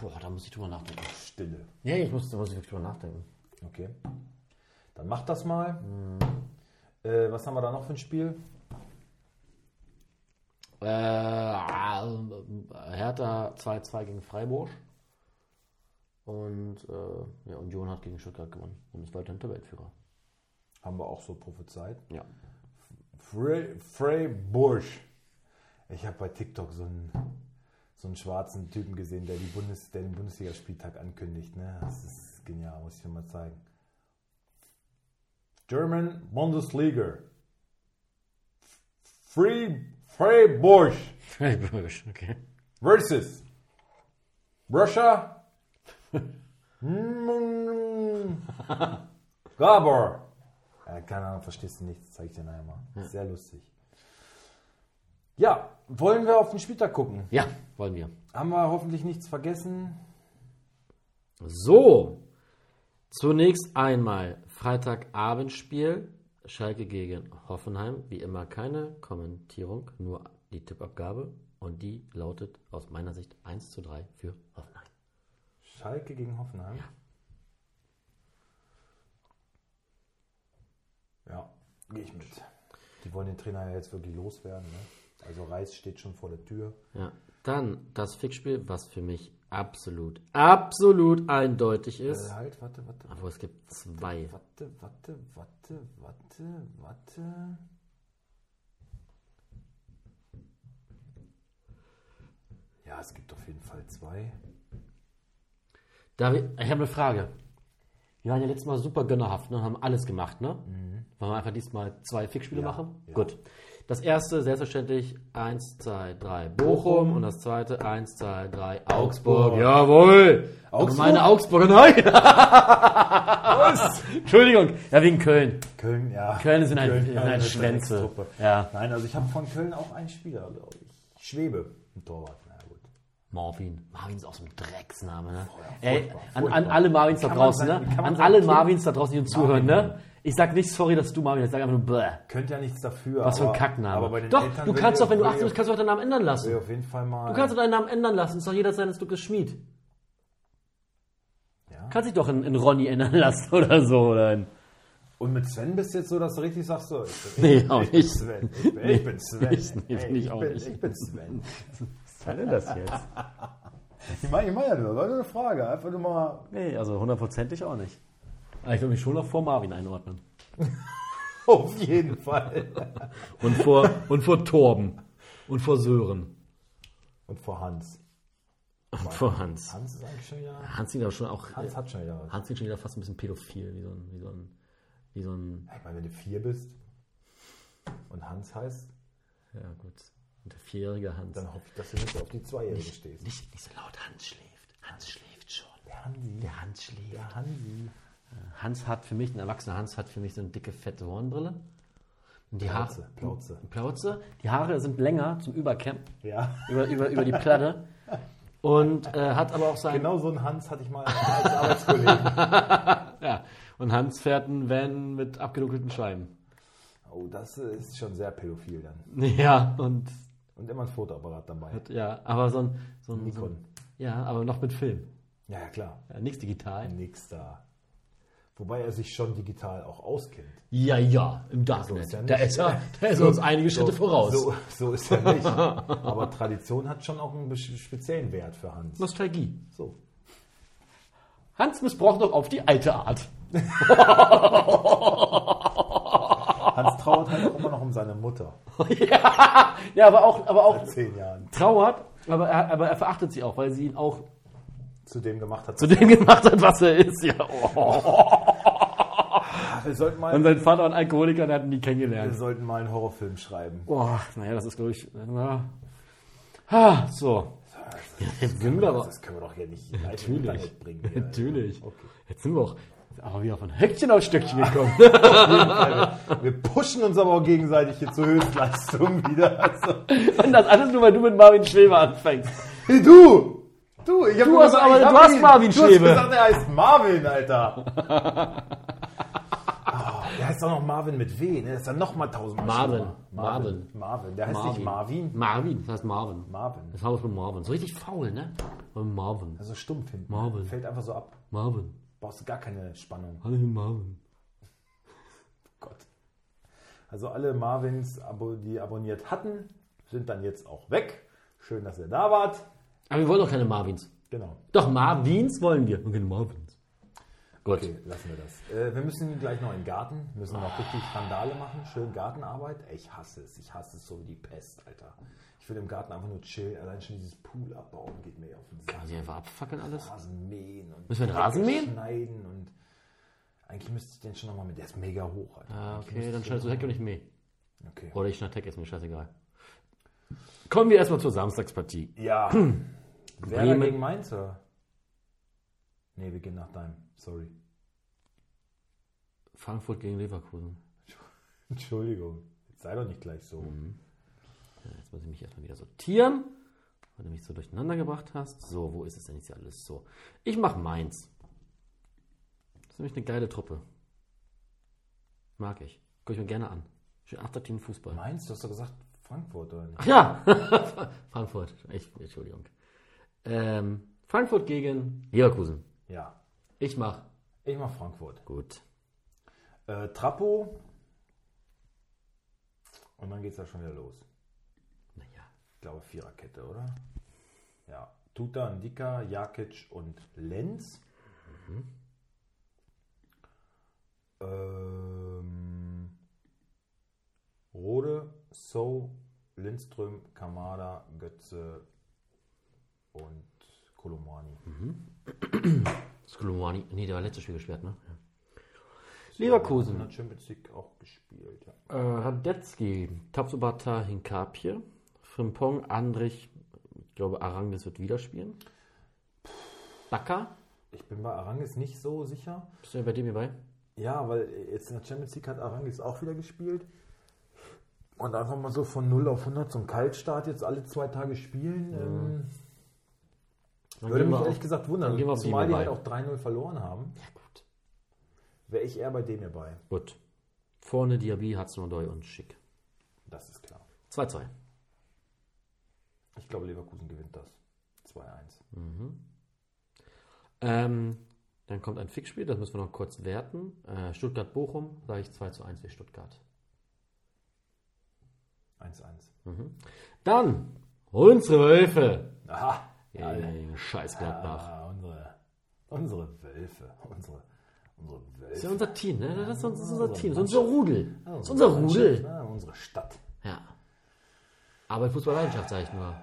Boah, da muss ich drüber nachdenken. Stille. Nee, ich muss, da muss ich wirklich drüber nachdenken. Okay. Dann mach das mal. Äh, was haben wir da noch für ein Spiel? Äh, Hertha 2-2 gegen Freiburg. Und äh, ja, Union hat gegen Stuttgart gewonnen und ist weiterhin Tabellenführer. Haben wir auch so prophezeit. Ja. Frey, Frey Bush. Ich habe bei TikTok so einen, so einen schwarzen Typen gesehen, der, die Bundes, der den Bundesligaspieltag ankündigt. Ne? Das ist genial, muss ich dir mal zeigen. German Bundesliga. Free, Frey Bush okay. versus Russia. Mm, Gabor. Äh, keine Ahnung, verstehst du nichts, zeig ich dir nachher mal. Sehr lustig. Ja, wollen wir auf den Spieltag gucken? Ja, wollen wir. Haben wir hoffentlich nichts vergessen? So, zunächst einmal Freitagabendspiel. Schalke gegen Hoffenheim. Wie immer keine Kommentierung, nur die Tippabgabe. Und die lautet aus meiner Sicht 1 zu 3 für Hoffenheim. Schalke gegen Hoffenheim. Ja, gehe ich mit. Die wollen den Trainer ja jetzt wirklich loswerden. Ne? Also Reis steht schon vor der Tür. Ja, dann das Fickspiel, was für mich absolut, absolut eindeutig Äh, ist. halt, warte, warte. Aber es gibt zwei. Warte, warte, warte, warte, warte. Ja, es gibt auf jeden Fall zwei. Darf ich ich habe eine Frage. Wir waren ja letztes Mal super gönnerhaft ne, und haben alles gemacht, ne? Wollen wir einfach diesmal zwei Fickspiele Mhm. Ja, machen? ja. Gut. Das erste, selbstverständlich, 1, 2, 3 Bochum und das zweite, 1, 2, 3 Augsburg. Augsburg. Jawohl! Augsburg? Meine Augsburger, nein! Entschuldigung, ja, wegen Köln. Köln, ja. Köln sind ein- sind ja, ein ist Schwänze. Dreckstruppe. Ja. Nein, also ich habe von Köln auch einen Spieler, glaube ich. Schwebe, ein Torwart, na ja, gut. Marvin. Marvin ist auch so ein Drecksname, ne? ja, Ey, furchtbar, an, an furchtbar. alle Marvins da Kann man draußen, sein- ne? kann man An sein alle Kind- Marvins da draußen, die uns zuhören, Marvin ne? Ich sag nicht, sorry, dass du Marvin, bist, ich sag einfach nur, bäh. Könnte ja nichts dafür. Was für ein aber- Kackname. Aber bei den doch, Eltern du will kannst ich- doch, wenn du will 18 bist, ich- kannst du auch deinen Namen ändern lassen. will ich auf jeden Fall mal. Du kannst doch deinen Namen ändern lassen. Ist doch jeder seines Glückes Schmied. Ja. Kannst dich doch in, in Ronny ändern lassen oder so. Oder in, Und mit Sven bist du jetzt so, dass du richtig sagst, so, ich bin, nee, auch ich bin nicht. Sven. Ich bin, ich bin Sven. Ich- nee, Ey, bin ich auch bin, nicht. Ich bin Sven. Was war denn das jetzt? Ich meine, ich meine ja nur, war nur eine Frage. Einfach nur mal. Nee, also hundertprozentig auch nicht. Aber Ah, ich würde mich schon noch vor Marvin einordnen. Auf jeden Fall. Und vor, und vor Torben. Und vor Sören. Und vor Hans. Und vor Hans. Hans ist eigentlich schon wieder. Hans klingt aber schon auch. Hans hat schon wieder was. Hans klingt schon wieder fast ein bisschen pädophil, wie so ein, wie so ein, wie so ein, Ich meine, wenn du vier bist und Hans heißt, ja gut, der vierjährige Hans. dann hoffe ich, dass du nicht auf die Zweijährige stehst. Nicht, nicht so laut, Hans schläft. Hans schläft schon. Der Hansi. Der Hans schläft. Der Hansi. Hans hat für mich, ein erwachsener Hans hat für mich so eine dicke, fette Hornbrille. Und die Haare. Plauze. Plauze. Plauze. Die Haare sind länger zum Übercamp, Ja. über, über, über die Platte. Und äh, hat aber auch sein. Genau so einen Hans hatte ich mal als Arbeitskollegen. Ja. Und Hans fährt einen Van mit abgedunkelten Scheiben. Oh, das ist schon sehr pädophil dann. Ja, und Und immer ein Fotoapparat dabei. ja, aber so ein. So ein So ein Nikon. ja, aber noch mit Film. Ja, ja, klar. Ja, nichts digital. Nix da. Wobei er sich schon digital auch auskennt. Ja, ja, im Darknet. da Also, ist er, da ist er uns einige Schritte voraus. So, so ist er nicht. Aber Tradition hat schon auch einen besch- speziellen Wert für Hans. Nostalgie. So. Hans missbraucht noch auf die alte Art. Hans trauert halt auch immer noch um seine Mutter. ja, ja, aber auch, aber auch Vor zehn Jahren. trauert, aber er, aber er verachtet sie auch, weil sie ihn auch Zu dem gemacht hat. zu dem gemacht hat, was er ist. Ja. Oh. wir, sollten Und mal, sein Vater und Alkoholiker, der hat ihn nie wir kennengelernt. sollten mal einen Horrorfilm schreiben. Boah, naja, Oh, das ist, glaube ich. Na. Ha, so. Jetzt sind wir aber. Also, Das können wir doch hier nicht live im Natürlich. Internet bringen. hier, Alter. Natürlich. Okay. Jetzt sind wir auch. Aber wieder von Höckchen auf Stöckchen gekommen. Wir pushen uns aber auch gegenseitig hier zur Höchstleistung wieder. Also, Und das alles nur, weil du mit Marvin Schweber anfängst. hey, du! Du, ich hab Du nur hast aber- ich hab du hast ihn- Marvin Du hast Schwebe. gesagt, er heißt Marvin, Alter. Oh, der heißt auch noch Marvin mit W, ne? Das ist dann nochmal tausendmal Marvin. schlimmer. Marvin. Marvin. Der heißt nicht Marvin. Marvin, das heißt Marvin. Marvin. Das haben wir von Marvin. So richtig faul, ne? Marvin. Also stumpf hinten. Marvin. Fällt einfach so ab. Marvin. Brauchst gar keine Spannung. Hallo Marvin. Gott. Also alle Marvins, abo- die abonniert hatten, sind dann jetzt auch weg. Schön, dass ihr da wart. Aber wir wollen doch keine Marvins. Genau. Doch, Marvins wollen wir. Und keine Marvins. Gut. Okay, lassen wir das. Äh, wir müssen gleich noch in den Garten, müssen noch richtig Randale machen, schön Gartenarbeit. Ey, ich hasse es, ich hasse es so wie die Pest, Alter. Ich will im Garten einfach nur chillen, allein schon dieses Pool abbauen geht mir auf den Sack. Kann ich einfach abfackeln alles? Rasen mähen und Müssen wir den Rasen Hecke mähen? schneiden und eigentlich müsste ich den schon nochmal mit, der ist mega hoch, Alter. Ah, Eigentlich okay, müsste dann ich schneidest du Heck und ich Mäh. den- Okay. Oder ich schneide Heck, ist mir scheißegal. Kommen wir erstmal zur Samstagspartie. Ja. Wer Bremen. dagegen Mainz, oder? Nee, wir gehen nach deinem. Sorry. Frankfurt gegen Leverkusen. Entschuldigung. Sei doch nicht gleich so. Mhm. Jetzt muss ich mich erstmal wieder sortieren, weil du mich so durcheinander gebracht hast. So, wo ist es denn jetzt hier alles? So, ich mache meins. Das ist nämlich eine geile Truppe. Mag ich. Guck ich mir gerne an. Schön attraktiven Fußball. Mainz, du hast doch gesagt Frankfurt, oder nicht? Ach ja, Frankfurt. Ich, Entschuldigung. Ähm, Frankfurt gegen Leverkusen. Ja. Ich mach Ich mach Frankfurt. gut. Äh, Trappo. Und dann geht's ja schon wieder los. Naja. Ich glaube, Viererkette, oder? Ja. Tuta, Ndika, Jakic und Lenz. Mhm. Ähm, Rode, So, Lindström, Kamada, Götze und Kolomani. Skolomani. Nee, der war letztes Spiel gesperrt, ne? Ja. Leverkusen. In der Champions League auch gespielt. Ja. Äh, Radetzky, Tapsobata, Hinkapje, Frimpong, Andrich, ich glaube Arangis wird wieder spielen. Baka, Ich bin bei Arangis nicht so sicher. bist du ja bei dem hierbei? Ja, weil jetzt in der Champions League hat Arangis auch wieder gespielt. Und einfach mal so von 0 auf 100 zum Kaltstart jetzt alle zwei Tage spielen. Ähm, Würde gehen mich wir ehrlich auf- gesagt dann wundern. gehen wir auf Zumal die Liebe halt bei. auch 3-0 verloren haben, Ja, gut. wäre ich eher bei dem hier bei. Gut. Vorne Diaby, Hudson Odoi und Schick. Das ist klar. 2-2. Ich glaube, Leverkusen gewinnt das. 2-1. Ähm, dann kommt ein Fixspiel, das müssen wir noch kurz werten. Äh, Stuttgart-Bochum, sage ich 2 zu 1 für Stuttgart. 1-1. Dann unsere Wölfe. Aha! Ja, ja, ja, Scheiß Gladbach. Ah, unsere, unsere Wölfe. Unsere, unsere Das ist ja Wölfe. unser Team, ne? Das ist unser, das ist Oh, unser Team, das ist unser Rudel. Das ist unser Mannschaft, Rudel. ne? Unsere Stadt. Ja. Aber Fußballleidenschaft, sage ich nur.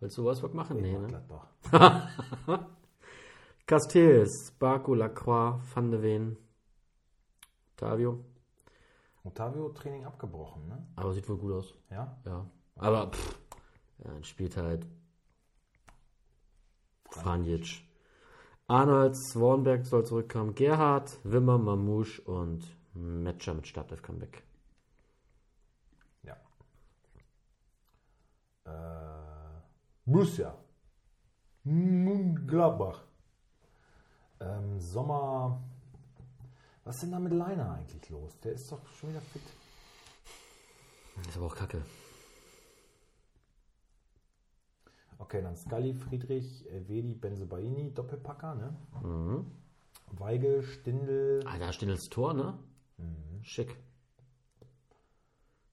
Willst du Wolfsburg machen? Nee, ne? Gladbach. Castells, Baku, Lacroix, Van de Ven, Tavio. Otavio Training abgebrochen, ne? Aber sieht wohl gut aus. Ja? Ja. Aber pff, ja, dann spielt halt Franjic. Arnold Swornberg soll zurückkommen. Gerhard, Wimmer, Mamouche und Metscher mit Startelf Comeback. Ja. Äh, Borussia. Mönchengladbach. Ähm, Sommer. Was ist denn da mit Leiner eigentlich los? Der ist doch schon wieder fit. Ist aber auch kacke. Okay, dann Scully, Friedrich, Vedi, Benzobaini, Doppelpacker, ne? Mhm. Weigel, Stindel, Alter, Stindels Tor, ne? Schick.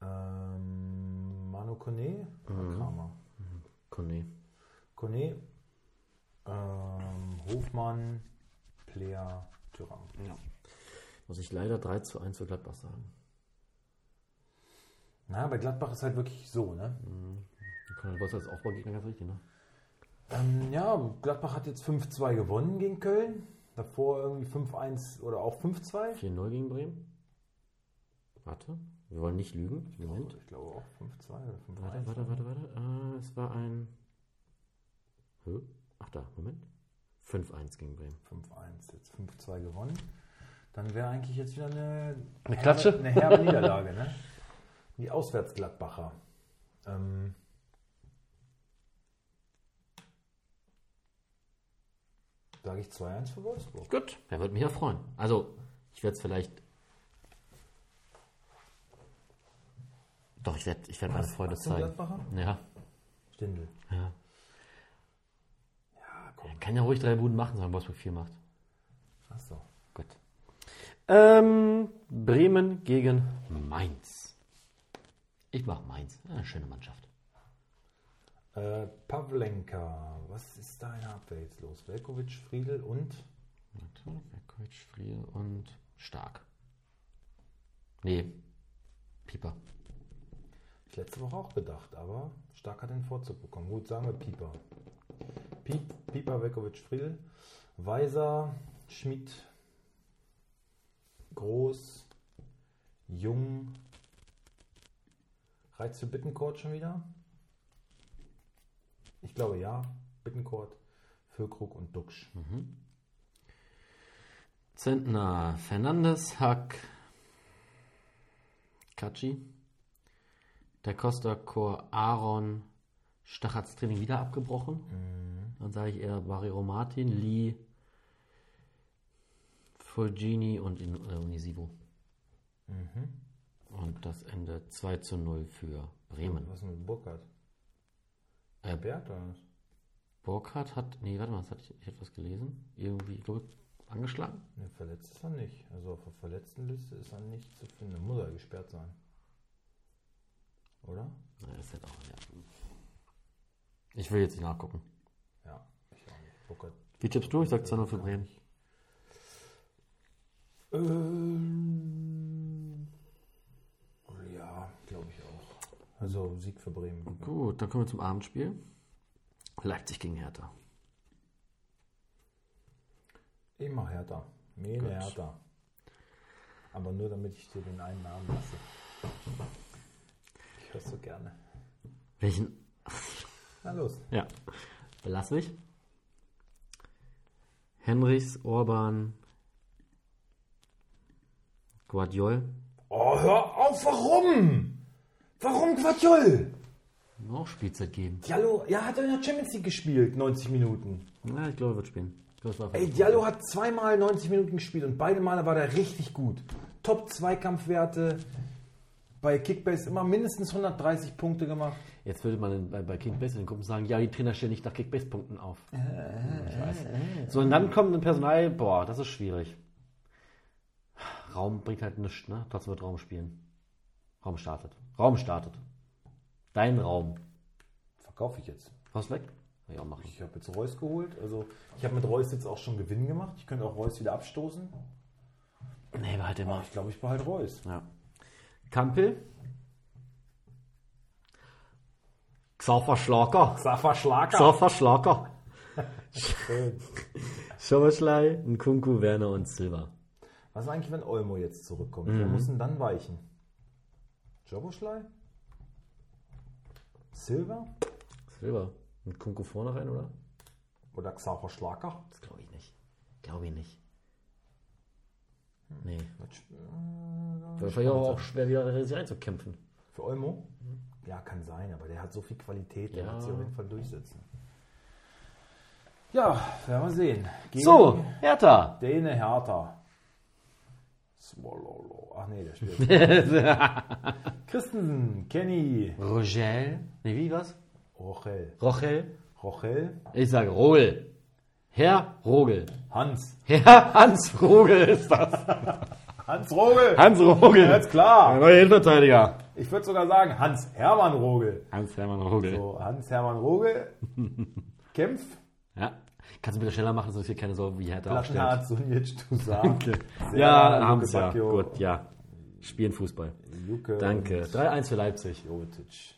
ähm, Manu Kone, Kramer. Kone. Kone, ähm, Hofmann, Player, Thüram. Muss ich leider 3 zu 1 für Gladbach sagen. Na, bei Gladbach ist halt wirklich so, ne? Du warst halt als Aufbaugegner ganz richtig, ne? Ähm, ja, Gladbach hat jetzt 5-2 gewonnen gegen Köln. Davor irgendwie 5-1 oder auch 5-2. 4-0 gegen Bremen. Warte, wir wollen nicht lügen. Moment. Ich glaube auch 5-2 oder 5-1. Warte, warte, warte, warte. Äh, es war ein. Hö? Ach da, Moment. 5-1 gegen Bremen. 5-1, jetzt 5-2 gewonnen. Dann wäre eigentlich jetzt wieder eine, Eine Klatsche? herbe, eine herbe Niederlage. Ne? Die Auswärtsgladbacher. Ähm, Sage ich 2-1 für Wolfsburg. Gut. Er würde mich ja freuen. Also, ich werde es vielleicht. Doch, ich werde ich werd meine Freude was sind zeigen. Gladbacher? Ja, Stindel. ja. Ja, komm, Er kann ja ruhig drei Buden machen, solange Wolfsburg 4 macht. hast du. Gut. Ähm, Bremen gegen Mainz. Ich mache Mainz. Ja, Eine schöne Mannschaft. Äh, Pavlenka. Was ist da in der Abwehr jetzt los? Velkovic, Friedel und Warte, Bergkreuz, Friel und Stark. Nee, Pieper. ich letzte Woche auch gedacht, aber Stark hat den Vorzug bekommen. Gut, sagen wir Pieper. Piep, Pieper, Velkovic, Friedel. Weiser, Schmidt, Groß, Jung. Reizt für Bittencourt schon wieder? Ich glaube ja. Bittencourt, Füllkrug und Duxch. Zentner, Fernandes, Hack, Katschi, Da Costa, Chor, Aaron, Stach hat's Training wieder abgebrochen. Dann sage ich eher Barrio Martin, Lee, Fulgini und In- äh, Unisivo. Mhm. Und das Ende 2 zu 0 für Bremen. Was ist mit Burkhardt? Äh, Bert oder was? Burkhardt hat, nee, warte mal, das hatte ich, ich etwas gelesen, irgendwie, glaube ich, angeschlagen. Ne, verletzt ist er nicht. Also auf der verletzten Liste ist er nicht zu finden. Muss er gesperrt sein. Oder? Na, das ist halt auch, ja. Ich will jetzt nicht nachgucken. Ja, ich auch nicht. Burkhardt. Wie tippst du? Ich sag 2-0 für Bremen. Ähm, ja, glaube ich auch. Also Sieg für Bremen. Gut, dann kommen wir zum Abendspiel. Leipzig gegen Hertha. Immer härter. Mehr Gut. härter. Aber nur damit ich dir den einen Namen lasse. Ich höre so gerne. Welchen? Na los. Ja. Belass mich. Henrichs, Orban, Guardiol, Oh, hör auf, warum? Warum Quatschol? Auch Spielzeit geben. Diallo, ja, hat er in der Champions League gespielt, 90 Minuten. Ja, ich glaube, er wird spielen. Ich glaube, es war Ey, Diallo hat zweimal 90 Minuten gespielt und beide Male war der richtig gut. Top Zweikampfwerte, bei Kickbase immer mindestens 130 Punkte gemacht. Jetzt würde man bei, bei Kickbase in den Gruppen sagen, ja, die Trainer stellen nicht nach Kickbase-Punkten auf. ich weiß. So, und dann kommt ein Personal, boah, das ist schwierig. Raum bringt halt nichts, ne? Trotzdem wird Raum spielen. Raum startet. Raum startet. Dein Raum. Verkaufe ich jetzt. Was weg? Ja, machen. Ich habe jetzt Reus geholt. Also ich habe mit Reus jetzt auch schon Gewinn gemacht. Ich könnte auch Reus wieder abstoßen. Nee, halt Aber immer. ich glaube, ich behalte Reus. Ja. Kampel. Xauferschlager. Safa Schlager. Xauferschlager. Äh, Schoberschlei, Nkunku, Werner und Silva. Was ist eigentlich, wenn Olmo jetzt zurückkommt? Wer muss denn dann weichen? Joboschlei? Silver? Silva. Nkunku vorne rein, oder? Oder Xaver Schlager? Das glaube ich nicht. Glaube ich nicht. Nee. Wahrscheinlich auch, auch schwer, wieder sich einzukämpfen. Für Olmo? Ja, kann sein, aber der hat so viel Qualität, der Ja. wird sich auf jeden Fall durchsetzen. Ja, werden wir sehen. Gegen So, Hertha. Däne Hertha. Swallow. Ach nee, der spielt. Christensen, Kenny, Rogel. Nee, wie was? Rochel. Rochel? Rochel? Ich sage Rogel. Herr Rogel. Hans. Herr Hans Rogel ist das. Hans Rogel! Hans Rogel. Ganz klar! Der neue Innenverteidiger. Ich würde sogar sagen, Hans-Hermann Rogel. Hans-Hermann Rogel. So, Hans-Hermann Rogel, Kempf, Ja. Kannst du bitte schneller machen, sonst hier keine Sorge, wie Hertha aufstellt. Plattenhardt, Sunic, Toussaint. Ja, haben sie ja. Gut, ja. Spielen Fußball. Juke Danke. 3-1 für Leipzig. Jovetic.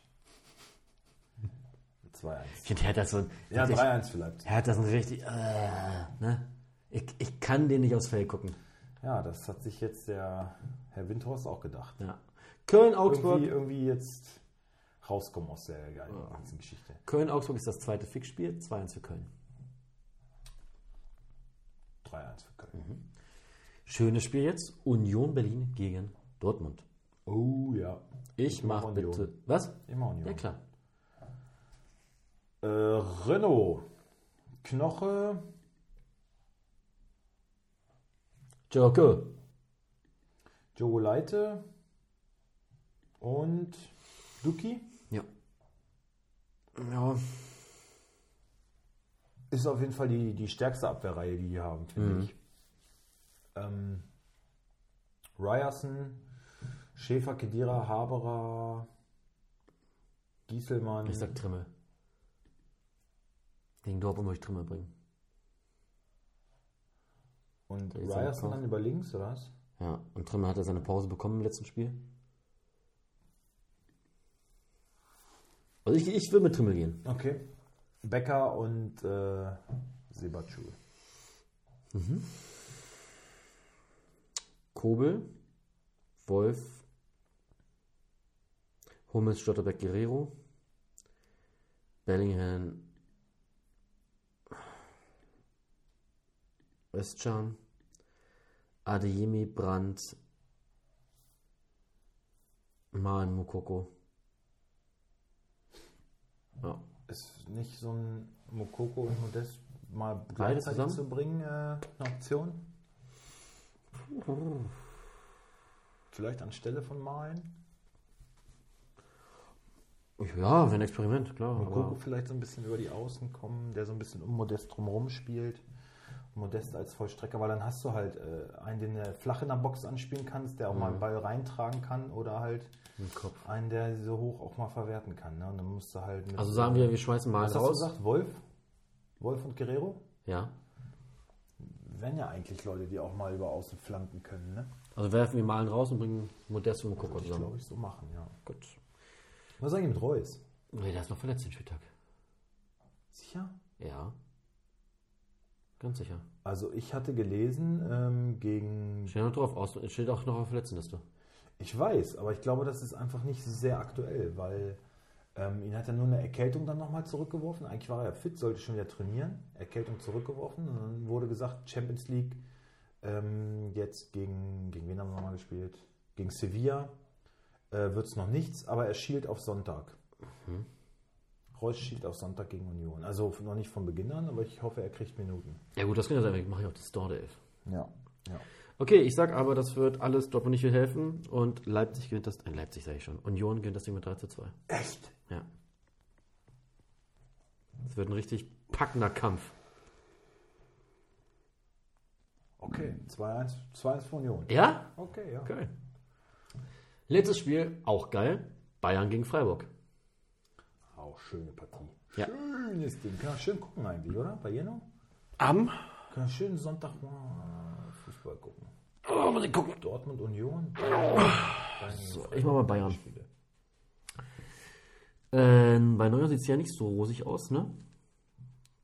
2-1. Ich finde, Hertha ist so ein, Ja, wirklich- 3-1 für Leipzig. Hertha ist ein richtig, äh, ne? Ich, ich kann den nicht aufs Feld gucken. Ja, das hat sich jetzt der Herr Windhorst auch gedacht. Ja. Köln, Irgendwie, Augsburg. irgendwie jetzt rauskommen aus der ganzen Geschichte. Köln, Augsburg ist das zweite Fixspiel. 2-1 für Köln. 3-1 für Köln. Schönes Spiel jetzt. Union Berlin gegen Dortmund. Oh ja. Ich mach mach Union. bitte. Was? Immer Union. Ja, klar. Äh, Renault. Knoche, Joko. Joe Leite und Duki. Ja. Ja. Ist auf jeden Fall die, die stärkste Abwehrreihe, die die haben, finde Mhm. ich. Ähm, Ryerson, Schäfer, Kedira, Haberer, Gieselmann. Ich sag Trimmel. Gegen Dortmund muss ich Trimmel bringen. und ich sag Ryerson Kraus. dann über links, oder was? Ja, und Trimmel hat ja seine Pause bekommen im letzten Spiel. Also ich, ich will mit Trimmel gehen. Okay. Becker und äh, Sebatschul. Kobel, Wolf, Hummels, Stotterbeck, Guerrero, Bellingham, Özcan, Adeyemi, Brandt, Mahn, Mukoko. Ja. Ist nicht so ein Mokoko und Modest mal Beide gleichzeitig zusammen? zu bringen, äh, eine Option? Vielleicht anstelle von Malen? ja, wäre ein Experiment, klar. Koko Aber vielleicht so ein bisschen über die Außen kommen, der so ein bisschen um Modest drumherum spielt. Modest als Vollstrecker, weil dann hast du halt äh, einen, den du flach in der Box anspielen kannst, Mhm. der auch mal einen Ball reintragen kann oder halt im Kopf. einen, der so hoch auch mal verwerten kann. Ne? Und dann musst du halt mit Also sagen wir, wir schmeißen mal Was hast du raus. gesagt? Wolf? Wolf und Guerrero? Ja. Wären ja eigentlich Leute, die auch mal über Außen flanken können, ne? Also werfen wir Malen raus und bringen Modesto und Mukoko Ich zusammen. glaube, ich so machen, ja. Gut. Was sagen die mit Reus? Nee, der ist noch verletzt den Spieltag. Sicher? Ja. Ganz sicher. Also ich hatte gelesen, ähm, gegen... Steht noch drauf, aus, steht auch noch auf der Verletztenliste. Ich weiß, aber ich glaube, das ist einfach nicht sehr aktuell, weil ähm, ihn hat ja nur eine Erkältung dann nochmal zurückgeworfen. Eigentlich war er ja fit, sollte schon wieder trainieren. Erkältung zurückgeworfen. Und dann wurde gesagt, Champions League ähm, jetzt gegen... Gegen wen haben wir nochmal gespielt? Gegen Sevilla äh, wird es noch nichts, aber er schielt auf Sonntag. Reus schied auf Sonntag gegen Union. Also noch nicht von Beginn an, aber ich hoffe, er kriegt Minuten. Ja gut, das kann ja sein, ich mache ja auch die Store 11. Ja. ja. Okay, ich sag aber, das wird alles Dortmund nicht viel helfen und Leipzig gewinnt das, äh, Leipzig sage ich schon, Union gewinnt das Ding mit 3 zu 2. Echt? Ja. Es wird ein richtig packender Kampf. Okay. 2-1 2-1 für Union. Ja? Okay, ja. Geil. Letztes Spiel, auch geil, Bayern gegen Freiburg. Auch schöne Partie. Ja. Schönes Ding. Kann man schön gucken eigentlich, oder? Bei Jeno? Am? Kann man schön Sonntag mal Fußball gucken. Oh, muss ich gucken. Dortmund Union. So, ich mach mal Bayern. Ähm, bei Neuer sieht es ja nicht so rosig aus, ne?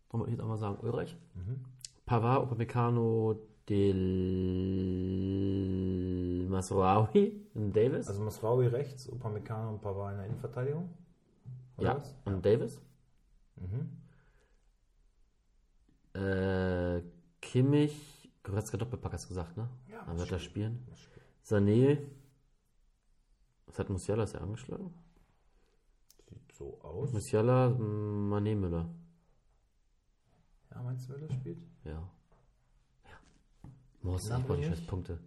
Wollen wir jetzt einmal sagen, Ulreich? Mhm. Pavard, Upamecano, Del Masraoui und Davis. Also Masraoui rechts, Upamecano und Pavard in der Innenverteidigung. Oder ja, was? Mhm. und Davis. Äh, Kimmich, du hast gerade Doppelpack hast du gesagt, ne? Ja, Dann wird er spielen. Das Spiel. Sané. Was hat Musiala? Ist er angeschlagen? Sieht so aus. Musiala, Mané Müller. Ja, meinst du, wer das spielt? Ja. Ja. Morst Na, nicht mal die nicht. scheiß Punkte.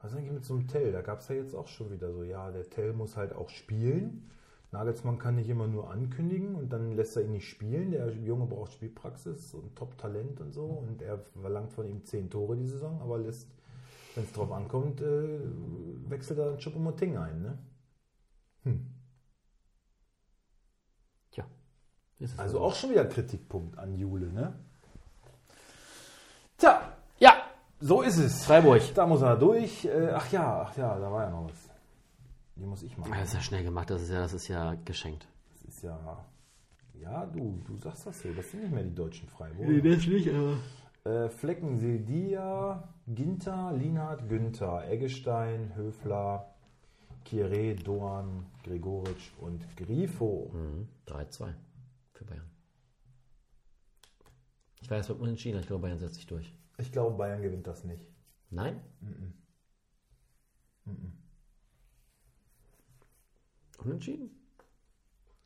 Was ist eigentlich mit so einem Tell? Da gab es ja jetzt auch schon wieder so, ja, der Tell muss halt auch spielen. Nagelsmann kann nicht immer nur ankündigen und dann lässt er ihn nicht spielen. Der Junge braucht Spielpraxis und Top-Talent und so. Und er verlangt von ihm zehn Tore die Saison, aber lässt, wenn es drauf ankommt, äh, wechselt er dann Choupo-Moting ein. Ne? Tja. Ist es Also so. auch schon wieder Kritikpunkt an Jule. Ne? Tja, Ja! so ist es. Freiburg. Da muss er durch. Äh, ach ja, ach ja, da war ja noch was. Die muss ich machen. Ah, Das ist ja schnell gemacht, das ist ja, das ist ja geschenkt. Das ist ja. Ja, du, du sagst das so. Das sind nicht mehr die deutschen Freiburger. das nicht, aber. Äh, Flecken, Sildia, Ginter, Linhard, Günther, Eggestein, Höfler, Kieré, Doan, Gregoritsch und Grifo. 3-2 Mhm, für Bayern. Ich weiß, wird unentschieden, ich glaube, Bayern setzt sich durch. Ich glaube, Bayern gewinnt das nicht. Nein? Mhm. Unentschieden?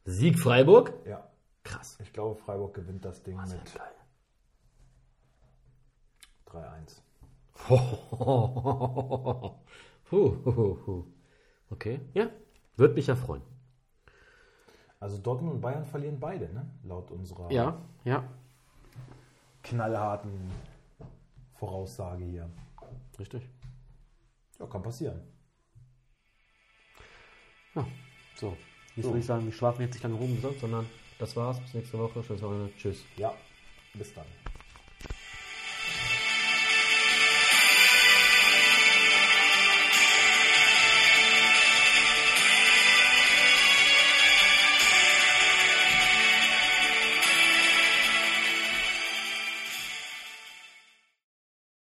Sieg Freiburg? Ja, Krass. ich glaube, Freiburg gewinnt das Ding Das ist mit ja geil. 3-1. Ho, ho, ho, ho. Okay, ja. Würde mich ja freuen. Also Dortmund und Bayern verlieren beide, ne? Laut unserer Ja, ja, knallharten Voraussage hier. richtig. Ja, kann passieren. Ja, so. Jetzt würde ich sagen, wir schlafen jetzt nicht lange rum, sondern das war's. Bis nächste Woche. Schönes Wochenende. Tschüss. Ja, bis dann.